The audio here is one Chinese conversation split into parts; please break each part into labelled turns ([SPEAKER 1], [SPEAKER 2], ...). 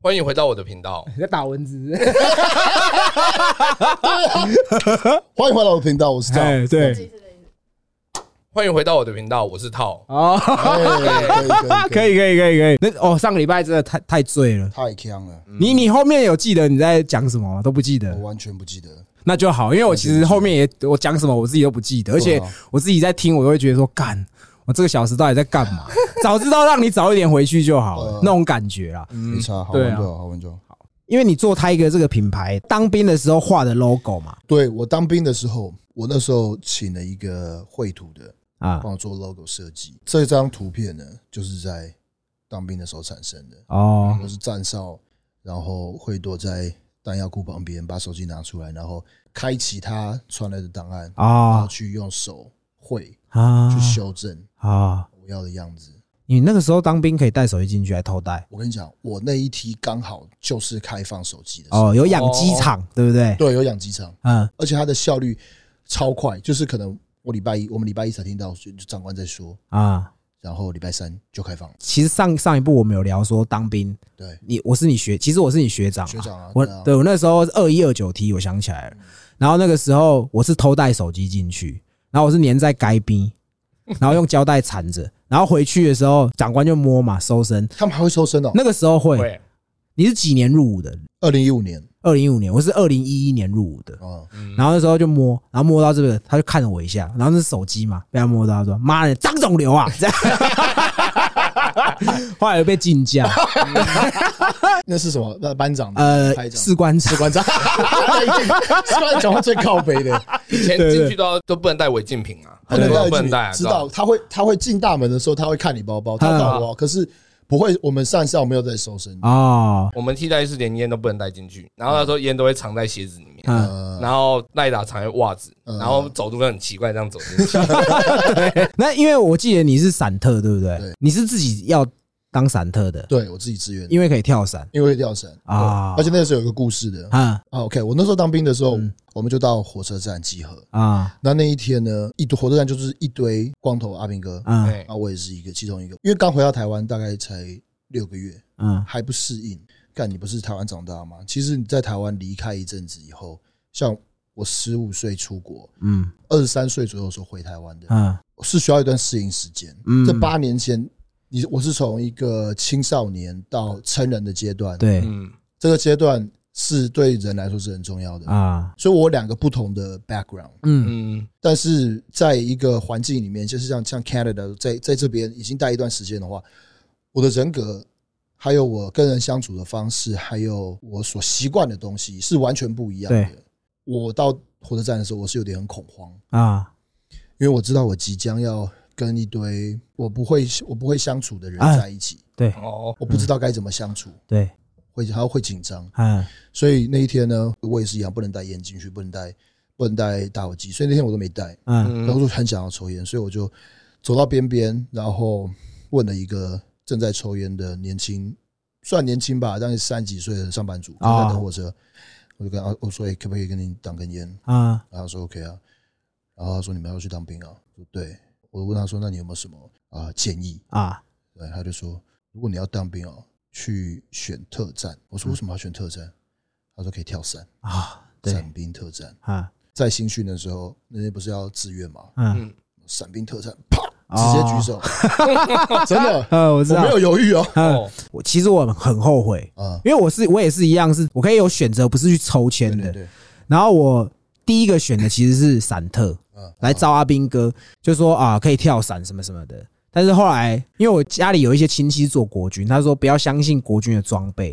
[SPEAKER 1] 欢迎回到我的频道。
[SPEAKER 2] 你在打蚊子，
[SPEAKER 3] 欢迎回到我的频道，我是赵。
[SPEAKER 2] 哎，
[SPEAKER 4] 这一
[SPEAKER 2] 对，
[SPEAKER 4] 次的意思
[SPEAKER 1] 欢迎回到我的频道，我是套。
[SPEAKER 2] 哦，
[SPEAKER 3] 哎
[SPEAKER 2] 可以， 可以，可以，可嗯以。那哦，上个礼拜真的太太醉了。
[SPEAKER 3] 太强了，
[SPEAKER 2] 你你后面有记得你在讲什么吗？都不记得
[SPEAKER 3] 我，完全不记得。
[SPEAKER 2] 那就好，因为我其实后面也我讲什么我自己都不记得，而且
[SPEAKER 3] 啊
[SPEAKER 2] 我自己在听，我都会觉得说干。我这个小时到底在干 嘛？早知道让你早一点回去就好了
[SPEAKER 3] 嗯，
[SPEAKER 2] 那种感觉啦。
[SPEAKER 3] 没差，好
[SPEAKER 2] 对
[SPEAKER 3] 玩
[SPEAKER 2] 啊
[SPEAKER 3] 就好，好玩就好。
[SPEAKER 2] 因为你做 Tiger 这个品牌，当兵的时候画的 logo 嘛，
[SPEAKER 3] 对我当兵的时候，我那时候请了一个绘图的
[SPEAKER 2] 啊，
[SPEAKER 3] 帮我做 logo 设计。这张图片呢，就是在当兵的时候产生的。
[SPEAKER 2] 哦，
[SPEAKER 3] 我是站哨，然后会躲在弹药库旁边，把手机拿出来，然后开启他传来的档案，然后
[SPEAKER 2] 啊
[SPEAKER 3] 去用手绘
[SPEAKER 2] 啊
[SPEAKER 3] 去修正
[SPEAKER 2] 啊！
[SPEAKER 3] 我要的样子。
[SPEAKER 2] 你那个时候当兵可以带手机进去，还偷带
[SPEAKER 3] 我跟你讲，我那一梯刚好就是开放手机的时候，
[SPEAKER 2] 哦，有养鸡场，对不对？
[SPEAKER 3] 对，有养鸡场，
[SPEAKER 2] 嗯，
[SPEAKER 3] 而且它的效率超快，就是可能我礼拜一，我们礼拜一才听到就就长官在说，
[SPEAKER 2] 啊，
[SPEAKER 3] 然后礼拜三就开放了。
[SPEAKER 2] 其实上上一部我们有聊说当兵，
[SPEAKER 3] 对，
[SPEAKER 2] 你我是你学，其实我是你学长嘛，
[SPEAKER 3] 学长啊
[SPEAKER 2] 我
[SPEAKER 3] 对啊嗯
[SPEAKER 2] 对我那时候二一二九 T，我想起来了。然后那个时候我是偷带手机进去，然后我是粘在该逼， 然后用胶带缠着，然后回去的时候长官就摸嘛搜身。
[SPEAKER 3] 他们还会抽身哦。
[SPEAKER 2] 那个时候会，
[SPEAKER 1] 对，
[SPEAKER 2] 你是几年入伍的？
[SPEAKER 3] 二零一五年
[SPEAKER 2] 二零一五年，我是二零一一年入伍的。
[SPEAKER 3] 啊，
[SPEAKER 2] 然后那时候就摸，然后摸到这个，他就看了我一下，然后那是手机嘛，被他摸到，他说：“妈的，张肿瘤啊！”这样， 后来又被禁驾，
[SPEAKER 3] 那是什么？那班长的
[SPEAKER 2] 呃
[SPEAKER 3] 排，长
[SPEAKER 2] 士官长
[SPEAKER 3] 士官长，士官长讲话最靠北的，
[SPEAKER 1] 以前
[SPEAKER 2] 对对
[SPEAKER 1] 进去都要都不能带违禁品啊，
[SPEAKER 3] 不能
[SPEAKER 1] 很多
[SPEAKER 3] 带
[SPEAKER 1] 都不能
[SPEAKER 3] 进
[SPEAKER 1] 带
[SPEAKER 3] 去。
[SPEAKER 1] 啊，
[SPEAKER 3] 知道他会他会进大门的时候，他会看你包包，他看我
[SPEAKER 2] 嗯
[SPEAKER 3] 包包，可是不会。我们上校没有在搜身，
[SPEAKER 2] 哦，
[SPEAKER 1] 我们替代是连烟都不能带进去，然后那时候烟都会藏在鞋子里面，
[SPEAKER 2] 嗯，
[SPEAKER 3] 呃，
[SPEAKER 1] 然后赖打藏在袜子，然后走路都很奇怪这样走进去。
[SPEAKER 2] 那因为我记得你是散特，对不对？
[SPEAKER 3] 对
[SPEAKER 2] 你是自己要当散特的，
[SPEAKER 3] 对我自己自愿，
[SPEAKER 2] 因为可以跳伞
[SPEAKER 3] 因为会掉绳
[SPEAKER 2] 啊
[SPEAKER 3] 而且那时候有一个故事的。
[SPEAKER 2] 啊
[SPEAKER 3] 啊 OK，我那时候当兵的时候，
[SPEAKER 2] 嗯
[SPEAKER 3] 我们就到火车站集合。
[SPEAKER 2] 啊
[SPEAKER 3] 那那一天呢，一堆火车站就是一堆光头阿兵哥，
[SPEAKER 2] 啊
[SPEAKER 1] 对
[SPEAKER 3] 啊，我也是一个其中一个，因为刚回到台湾大概才六个月，
[SPEAKER 2] 啊
[SPEAKER 3] 还不适应。干，你不是台湾长大吗？其实你在台湾离开一阵子以后，像我十五岁出国，
[SPEAKER 2] 嗯
[SPEAKER 3] 二十三岁左右的时候回台湾的，
[SPEAKER 2] 啊
[SPEAKER 3] 是需要一段适应时间。
[SPEAKER 2] 嗯
[SPEAKER 3] 这八年前，你我是从一个青少年到成人的阶段，
[SPEAKER 2] 对
[SPEAKER 1] 嗯，
[SPEAKER 3] 这个阶段是对人来说是很重要的。
[SPEAKER 2] 啊
[SPEAKER 3] 所以我有两个不同的 background，
[SPEAKER 2] 嗯
[SPEAKER 1] 嗯，
[SPEAKER 3] 但是在一个环境里面，就是像像 Canada 在在这边已经待一段时间的话，我的人格，还有我跟人相处的方式，还有我所习惯的东西是完全不一样的
[SPEAKER 2] 对。
[SPEAKER 3] 我到火车站的时候，我是有点很恐慌，
[SPEAKER 2] 啊
[SPEAKER 3] 因为我知道我即将要跟一堆我不会我不会相处的人
[SPEAKER 2] 啊
[SPEAKER 3] 在一起，
[SPEAKER 2] 对
[SPEAKER 1] 哦，
[SPEAKER 3] 我不知道该怎么相处，
[SPEAKER 2] 对
[SPEAKER 3] 会还会紧张。
[SPEAKER 2] 啊
[SPEAKER 3] 所以那一天呢，我也是一样，不能戴烟进去，不能戴不能戴打火机，所以那天我都没戴。
[SPEAKER 2] 嗯
[SPEAKER 3] 然后
[SPEAKER 1] 嗯
[SPEAKER 3] 我就很想要抽烟，所以我就走到边边，然后问了一个正在抽烟的年轻，算年轻吧，但是三十几岁的上班族，正
[SPEAKER 2] 啊
[SPEAKER 3] 在等火车。我就跟他我说：“哎，可不可以跟你挡根烟
[SPEAKER 2] 啊？”
[SPEAKER 3] 然后他说：“OK 啊。”然后他说：“你们要去当兵啊？”我说：“对。”我问他说：“那你有没有什么啊、建议
[SPEAKER 2] 啊？”
[SPEAKER 3] 对，他就说：“如果你要当兵哦，去选特战。”我说：“为什么要选特战？”他说：“可以跳伞，
[SPEAKER 2] 啊对
[SPEAKER 3] 伞兵特战。
[SPEAKER 2] 啊
[SPEAKER 3] 在新训的时候，那些不是要自愿吗？
[SPEAKER 2] 嗯
[SPEAKER 1] 嗯，
[SPEAKER 3] 伞兵特战，啪，直接 举手，真的，
[SPEAKER 2] 呃我知
[SPEAKER 3] 我
[SPEAKER 2] 道
[SPEAKER 3] 没有犹豫哦。
[SPEAKER 2] 嗯
[SPEAKER 1] 哦，
[SPEAKER 2] 我其实我很后悔，
[SPEAKER 3] 啊，
[SPEAKER 2] 因为我是我也是一样是我可以有选择，不是去抽签
[SPEAKER 3] 对
[SPEAKER 2] 的
[SPEAKER 3] 对，对，
[SPEAKER 2] 然后我第一个选的其实是散特，
[SPEAKER 3] 嗯
[SPEAKER 2] 来招阿兵哥，就说啊可以跳伞什么什么的。但是后来，因为我家里有一些亲戚是做国军，他说不要相信国军的装备，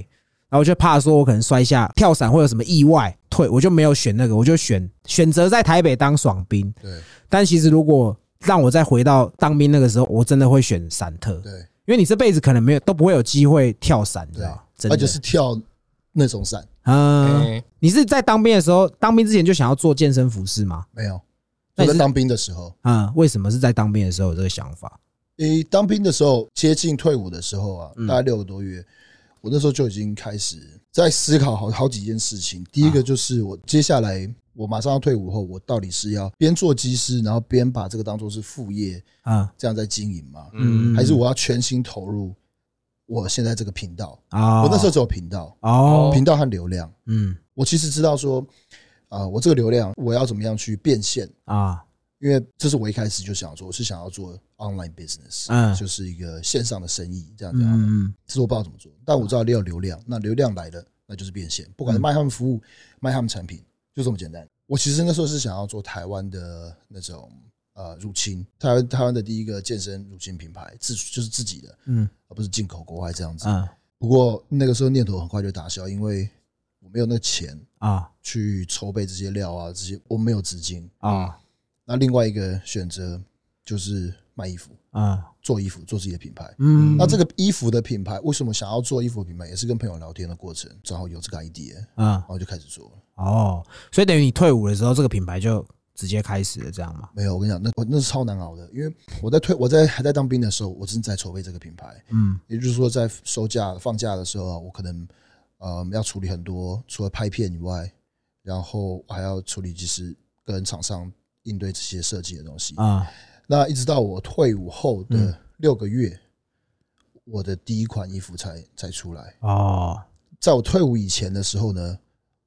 [SPEAKER 2] 然后我就怕说我可能摔下跳伞会有什么意外，退我就没有选那个，我就选选择在台北当爽兵。
[SPEAKER 3] 对
[SPEAKER 2] 但其实如果让我再回到当兵那个时候，我真的会选散特，
[SPEAKER 3] 对，
[SPEAKER 2] 因为你这辈子可能没有都不会有机会跳伞，你知道吗？真的
[SPEAKER 3] 而且是跳那种伞，
[SPEAKER 2] 嗯，
[SPEAKER 1] 哎
[SPEAKER 2] 你是在当兵的时候，当兵之前就想要做健身服饰吗？
[SPEAKER 3] 没有。
[SPEAKER 2] 那
[SPEAKER 3] 我
[SPEAKER 2] 你是
[SPEAKER 3] 在当兵的时候，
[SPEAKER 2] 嗯，为什么是在当兵的时候有这个想法？
[SPEAKER 3] 诶，当兵的时候，接近退伍的时候啊
[SPEAKER 2] 嗯，
[SPEAKER 3] 大概六个多月，我那时候就已经开始在思考好好几件事情。第
[SPEAKER 2] 啊
[SPEAKER 3] 一个就是我接下来。我马上要退伍后，我到底是要边做技师，然后边把这个当做是副业，
[SPEAKER 2] 啊，
[SPEAKER 3] 这样在经营吗？
[SPEAKER 1] 嗯
[SPEAKER 3] 还是我要全心投入我现在这个频道。
[SPEAKER 2] 啊，
[SPEAKER 3] 我那时候只有频道，
[SPEAKER 2] 哦，
[SPEAKER 3] 频道和流量。
[SPEAKER 2] 嗯
[SPEAKER 3] 我其实知道说，啊，我这个流量我要怎么样去变现，
[SPEAKER 2] 啊，
[SPEAKER 3] 因为这是我一开始就想做，我是想要做 online business，
[SPEAKER 2] 嗯
[SPEAKER 3] 就是一个线上的生意这样
[SPEAKER 2] 嗯
[SPEAKER 3] 子。
[SPEAKER 2] 嗯嗯
[SPEAKER 3] 只是我不知道怎么做，但我知道要流量，那流量来了，那就是变现，不
[SPEAKER 2] 嗯
[SPEAKER 3] 管是卖他们服务、卖他们产品，就这么简单。我其实那时候是想要做台湾的那种呃入侵，台湾台湾的第一个健身入侵品牌，自就是自己的，
[SPEAKER 2] 嗯
[SPEAKER 3] 而不是进口国外这样子。
[SPEAKER 2] 嗯
[SPEAKER 3] 不过那个时候念头很快就打消，因为我没有那个钱
[SPEAKER 2] 啊
[SPEAKER 3] 去筹备这些料啊，这些我没有资金。
[SPEAKER 2] 啊
[SPEAKER 3] 那另外一个选择就是卖衣服，
[SPEAKER 2] 啊
[SPEAKER 3] 做衣服，做自己的品牌。
[SPEAKER 2] 嗯，
[SPEAKER 3] 那这个衣服的品牌，为什么想要做衣服的品牌，也是跟朋友聊天的过程，正好有这个 idea，然
[SPEAKER 2] 啊
[SPEAKER 3] 后就开始做了。
[SPEAKER 2] 哦，所以等于你退伍的时候，这个品牌就直接开始了，这样嘛？
[SPEAKER 3] 没有，我跟你讲，那我那是超难熬的，因为我在退，我在还在当兵的时候，我正在筹备这个品牌，
[SPEAKER 2] 嗯
[SPEAKER 3] 也就是说，在收假放假的时候啊，我可能呃要处理很多，除了拍片以外，然后还要处理就是跟厂商应对这些设计的东西。
[SPEAKER 2] 啊
[SPEAKER 3] 那一直到我退伍后
[SPEAKER 2] 嗯
[SPEAKER 3] 的六个月，我的第一款衣服才才出来。
[SPEAKER 2] 哦
[SPEAKER 3] 在我退伍以前的时候呢，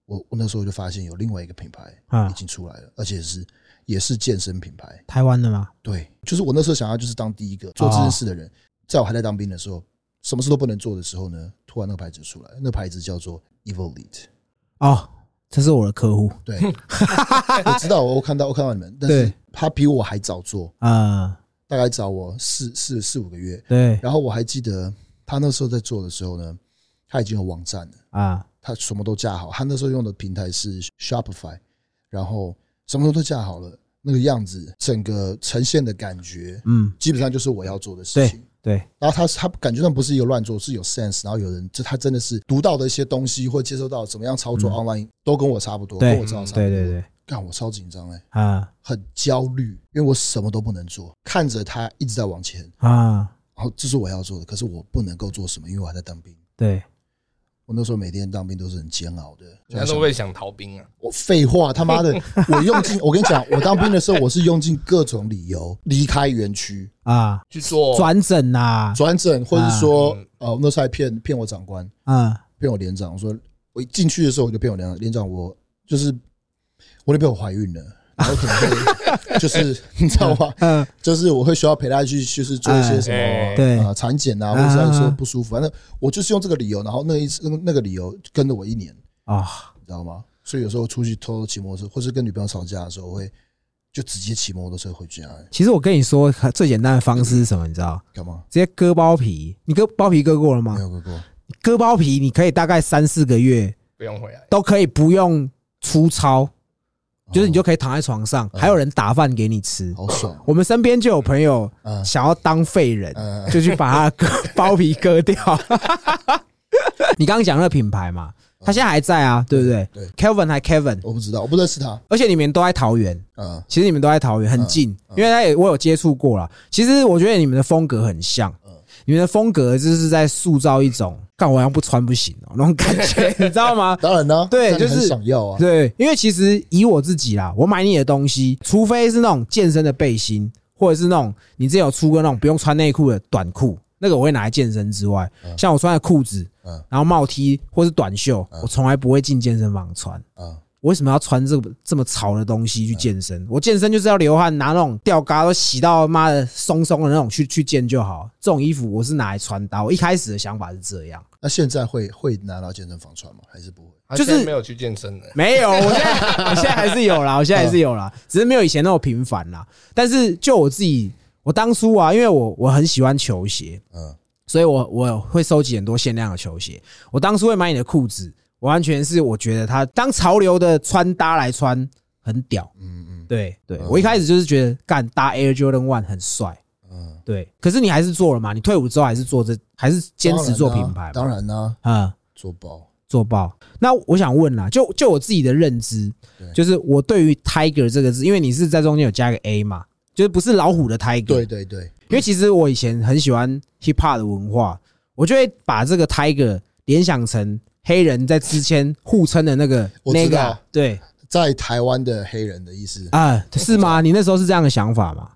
[SPEAKER 3] 我我那时候就发现有另外一个品牌
[SPEAKER 2] 啊
[SPEAKER 3] 已，经出来了，而且是也是健身品牌。
[SPEAKER 2] 台湾的吗？
[SPEAKER 3] 对，就是我那时候想要就是当第一个做这件事的
[SPEAKER 2] 哦
[SPEAKER 3] 人。在我还在当兵的时候，什么事都不能做的时候呢，突然那个牌子出来，那牌子叫做 Evolite。
[SPEAKER 2] 哦，这是我的客户，
[SPEAKER 3] 对，我知道，我看到我看到你们，但是
[SPEAKER 2] 对
[SPEAKER 3] 他比我还早做，
[SPEAKER 2] 嗯，
[SPEAKER 3] 大概早我四四四五个月。
[SPEAKER 2] 对
[SPEAKER 3] 然后我还记得他那时候在做的时候呢，他已经有网站了。
[SPEAKER 2] 啊，
[SPEAKER 3] 他什么都架好，他那时候用的平台是 Shopify，然后什么都架好了，那个样子，整个呈现的感觉，
[SPEAKER 2] 嗯，
[SPEAKER 3] 基本上就是我要做的事情。
[SPEAKER 2] 对，
[SPEAKER 3] 然后他他感觉上不是一个乱做，是有 sense，然后有人，这他真的是读到的一些东西或接收到怎么样操作
[SPEAKER 2] 嗯
[SPEAKER 3] online，、都跟我差不多，
[SPEAKER 2] 对嗯
[SPEAKER 3] 跟我知道差不多。
[SPEAKER 2] 对对对，
[SPEAKER 3] 干我超紧张哎，
[SPEAKER 2] 啊
[SPEAKER 3] 很焦虑，因为我什么都不能做，看着他一直在往前，
[SPEAKER 2] 啊，
[SPEAKER 3] 然后这是我要做的，可是我不能够做什么，因为我还在当兵。
[SPEAKER 2] 对，
[SPEAKER 3] 我那时候每天当兵都是很煎熬的，
[SPEAKER 1] 人家都会想逃兵啊，
[SPEAKER 3] 我废话，他妈的，我用尽，我跟你讲，我当兵的时候，我是用尽各种理由离开园区
[SPEAKER 2] 啊，
[SPEAKER 1] 去做
[SPEAKER 2] 转诊啊呐，
[SPEAKER 3] 转诊，或者是说
[SPEAKER 1] 嗯，
[SPEAKER 3] 呃，我那时候还骗骗我长官，
[SPEAKER 2] 啊
[SPEAKER 3] 骗我连长，我说我一进去的时候我就骗我连长，连长我就是我女朋友怀孕了。然后可能会 就是你知道吗？
[SPEAKER 2] 嗯
[SPEAKER 3] 就是我会需要陪她去，就是做一些什
[SPEAKER 1] 哎
[SPEAKER 3] 么
[SPEAKER 2] 对
[SPEAKER 3] 哎啊产检啊，或者是有时候
[SPEAKER 2] 啊
[SPEAKER 3] 不舒服，反正我就是用这个理由，然后那一次那个理由跟了我一年，
[SPEAKER 2] 啊
[SPEAKER 3] 你知道吗？所以有时候出去偷偷骑摩托车，或是跟女朋友吵架的时候，我会就直接骑摩托车回家、欸
[SPEAKER 2] 其实我跟你说，最简单的方式是什么？你知道？
[SPEAKER 3] 干嘛？
[SPEAKER 2] 直接割包皮。你割包皮割过了吗
[SPEAKER 3] 没？有哥哥，
[SPEAKER 2] 割包皮，你可以大概三四个月
[SPEAKER 1] 不用回来，
[SPEAKER 2] 都可以不用粗
[SPEAKER 3] 哦
[SPEAKER 2] 糙，就是你就可以躺在床上，还有人打饭给你吃
[SPEAKER 3] 嗯哦。啊好爽，
[SPEAKER 2] 我们身边就有朋友
[SPEAKER 3] 嗯
[SPEAKER 2] 想要当废人，
[SPEAKER 3] 嗯
[SPEAKER 2] 就去把他割包皮割 掉。你刚刚讲那个品牌嘛，他现在还在啊，对不对？
[SPEAKER 3] 对
[SPEAKER 2] k e v i n 还 Kevin，
[SPEAKER 3] 我不知道，我不认识他，
[SPEAKER 2] 而且你们都在桃园，
[SPEAKER 3] 嗯
[SPEAKER 2] 其实你们都在桃园很近，因为他也我有接触过啦。其实我觉得你们的风格很像，你们的风格就是在塑造一种干我好像不穿不行哦、那种感觉，你知道吗？
[SPEAKER 3] 当然啦、
[SPEAKER 2] 对
[SPEAKER 3] 但你
[SPEAKER 2] 就是
[SPEAKER 3] 很想要啊，
[SPEAKER 2] 对，因为其实以我自己啦，我买你的东西，除非是那种健身的背心，或者是那种你之前有出过那种不用穿内裤的短裤，那个我会拿来健身之外，像我穿的裤子
[SPEAKER 3] 嗯，
[SPEAKER 2] 然后帽 T 或是短袖，我从来不会进健身房穿。
[SPEAKER 3] 嗯
[SPEAKER 2] 我为什么要穿这么这么潮的东西去健身？我健身就是要流汗，拿那种吊嘎都洗到妈的松松的那种去去健就好。这种衣服我是拿来穿搭，我一开始的想法是这样。
[SPEAKER 3] 那现在会会拿到健身房穿吗？还是不会？
[SPEAKER 1] 他
[SPEAKER 2] 就
[SPEAKER 1] 现
[SPEAKER 2] 是
[SPEAKER 1] 在没有去健身了，
[SPEAKER 2] 没有，我现在我现在还是有啦，我现在还是有啦，只是没有以前那么频繁啦。但是就我自己，我当初啊，因为我我很喜欢球鞋，
[SPEAKER 3] 嗯
[SPEAKER 2] 所以我我会收集很多限量的球鞋。我当初会买你的裤子，我完全是我觉得它当潮流的穿搭来穿很屌。
[SPEAKER 3] 嗯嗯
[SPEAKER 2] 对对，
[SPEAKER 3] 嗯
[SPEAKER 2] 我一开始就是觉得干搭 Air Jordan One 很帅。
[SPEAKER 3] 嗯，
[SPEAKER 2] 对，可是你还是做了嘛？你退伍之后还是做这，还是坚持做品牌嘛？
[SPEAKER 3] 当然啦、当然啦
[SPEAKER 2] 啊。
[SPEAKER 3] 做包
[SPEAKER 2] 做爆。那我想问啦，就就我自己的认知
[SPEAKER 3] 对，
[SPEAKER 2] 就是我对于 tiger 这个字，因为你是在中间有加个 a 嘛，就是不是老虎的 tiger。
[SPEAKER 3] 对，对对，
[SPEAKER 2] 因为其实我以前很喜欢 hip hop 的文化，我就会把这个 tiger 联想成黑人在之前互称的那个
[SPEAKER 3] 我
[SPEAKER 2] 那
[SPEAKER 3] 知
[SPEAKER 2] 个
[SPEAKER 3] 道
[SPEAKER 2] 啊，对
[SPEAKER 3] 在台湾的黑人的意思，
[SPEAKER 2] 啊，是吗？你那时候是这样的想法吗？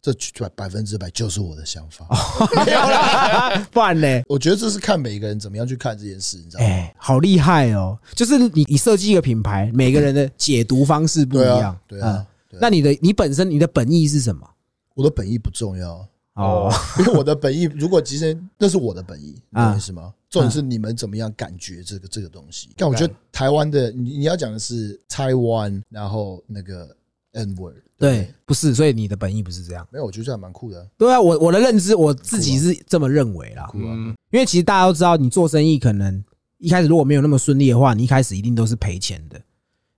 [SPEAKER 3] 这百百分之百就是我的想
[SPEAKER 2] 哦
[SPEAKER 3] 法。
[SPEAKER 2] 没有啦，不然嘞。
[SPEAKER 3] 我觉得这是看每个人怎么样去看这件事，你知道
[SPEAKER 2] 哎、
[SPEAKER 3] 吗？
[SPEAKER 2] 好厉害哦！就是你你设计一个品牌，每个人的解读方式不一
[SPEAKER 3] 对
[SPEAKER 2] 样
[SPEAKER 3] 啊，。对
[SPEAKER 2] 嗯
[SPEAKER 3] 啊。对啊
[SPEAKER 2] 那你的你本身你的本意是什么？
[SPEAKER 3] 我的本意不重要，
[SPEAKER 2] 哦，
[SPEAKER 3] 因为我的本意，如果其实那是我的本意，你
[SPEAKER 2] 啊
[SPEAKER 3] 懂意思吗？重点是你们怎么样感觉这个这个东西。但我觉得台湾的，你你要讲的是台湾，然后那个 N word，
[SPEAKER 2] 对，不是，所以你的本意不是这样。
[SPEAKER 3] 没有，我觉得这还蛮酷的，
[SPEAKER 2] 对啊，我我的认知我自己是这么认为啦。
[SPEAKER 3] 酷啊！
[SPEAKER 2] 因为其实大家都知道，你做生意可能一开始如果没有那么顺利的话，你一开始一定都是赔钱的。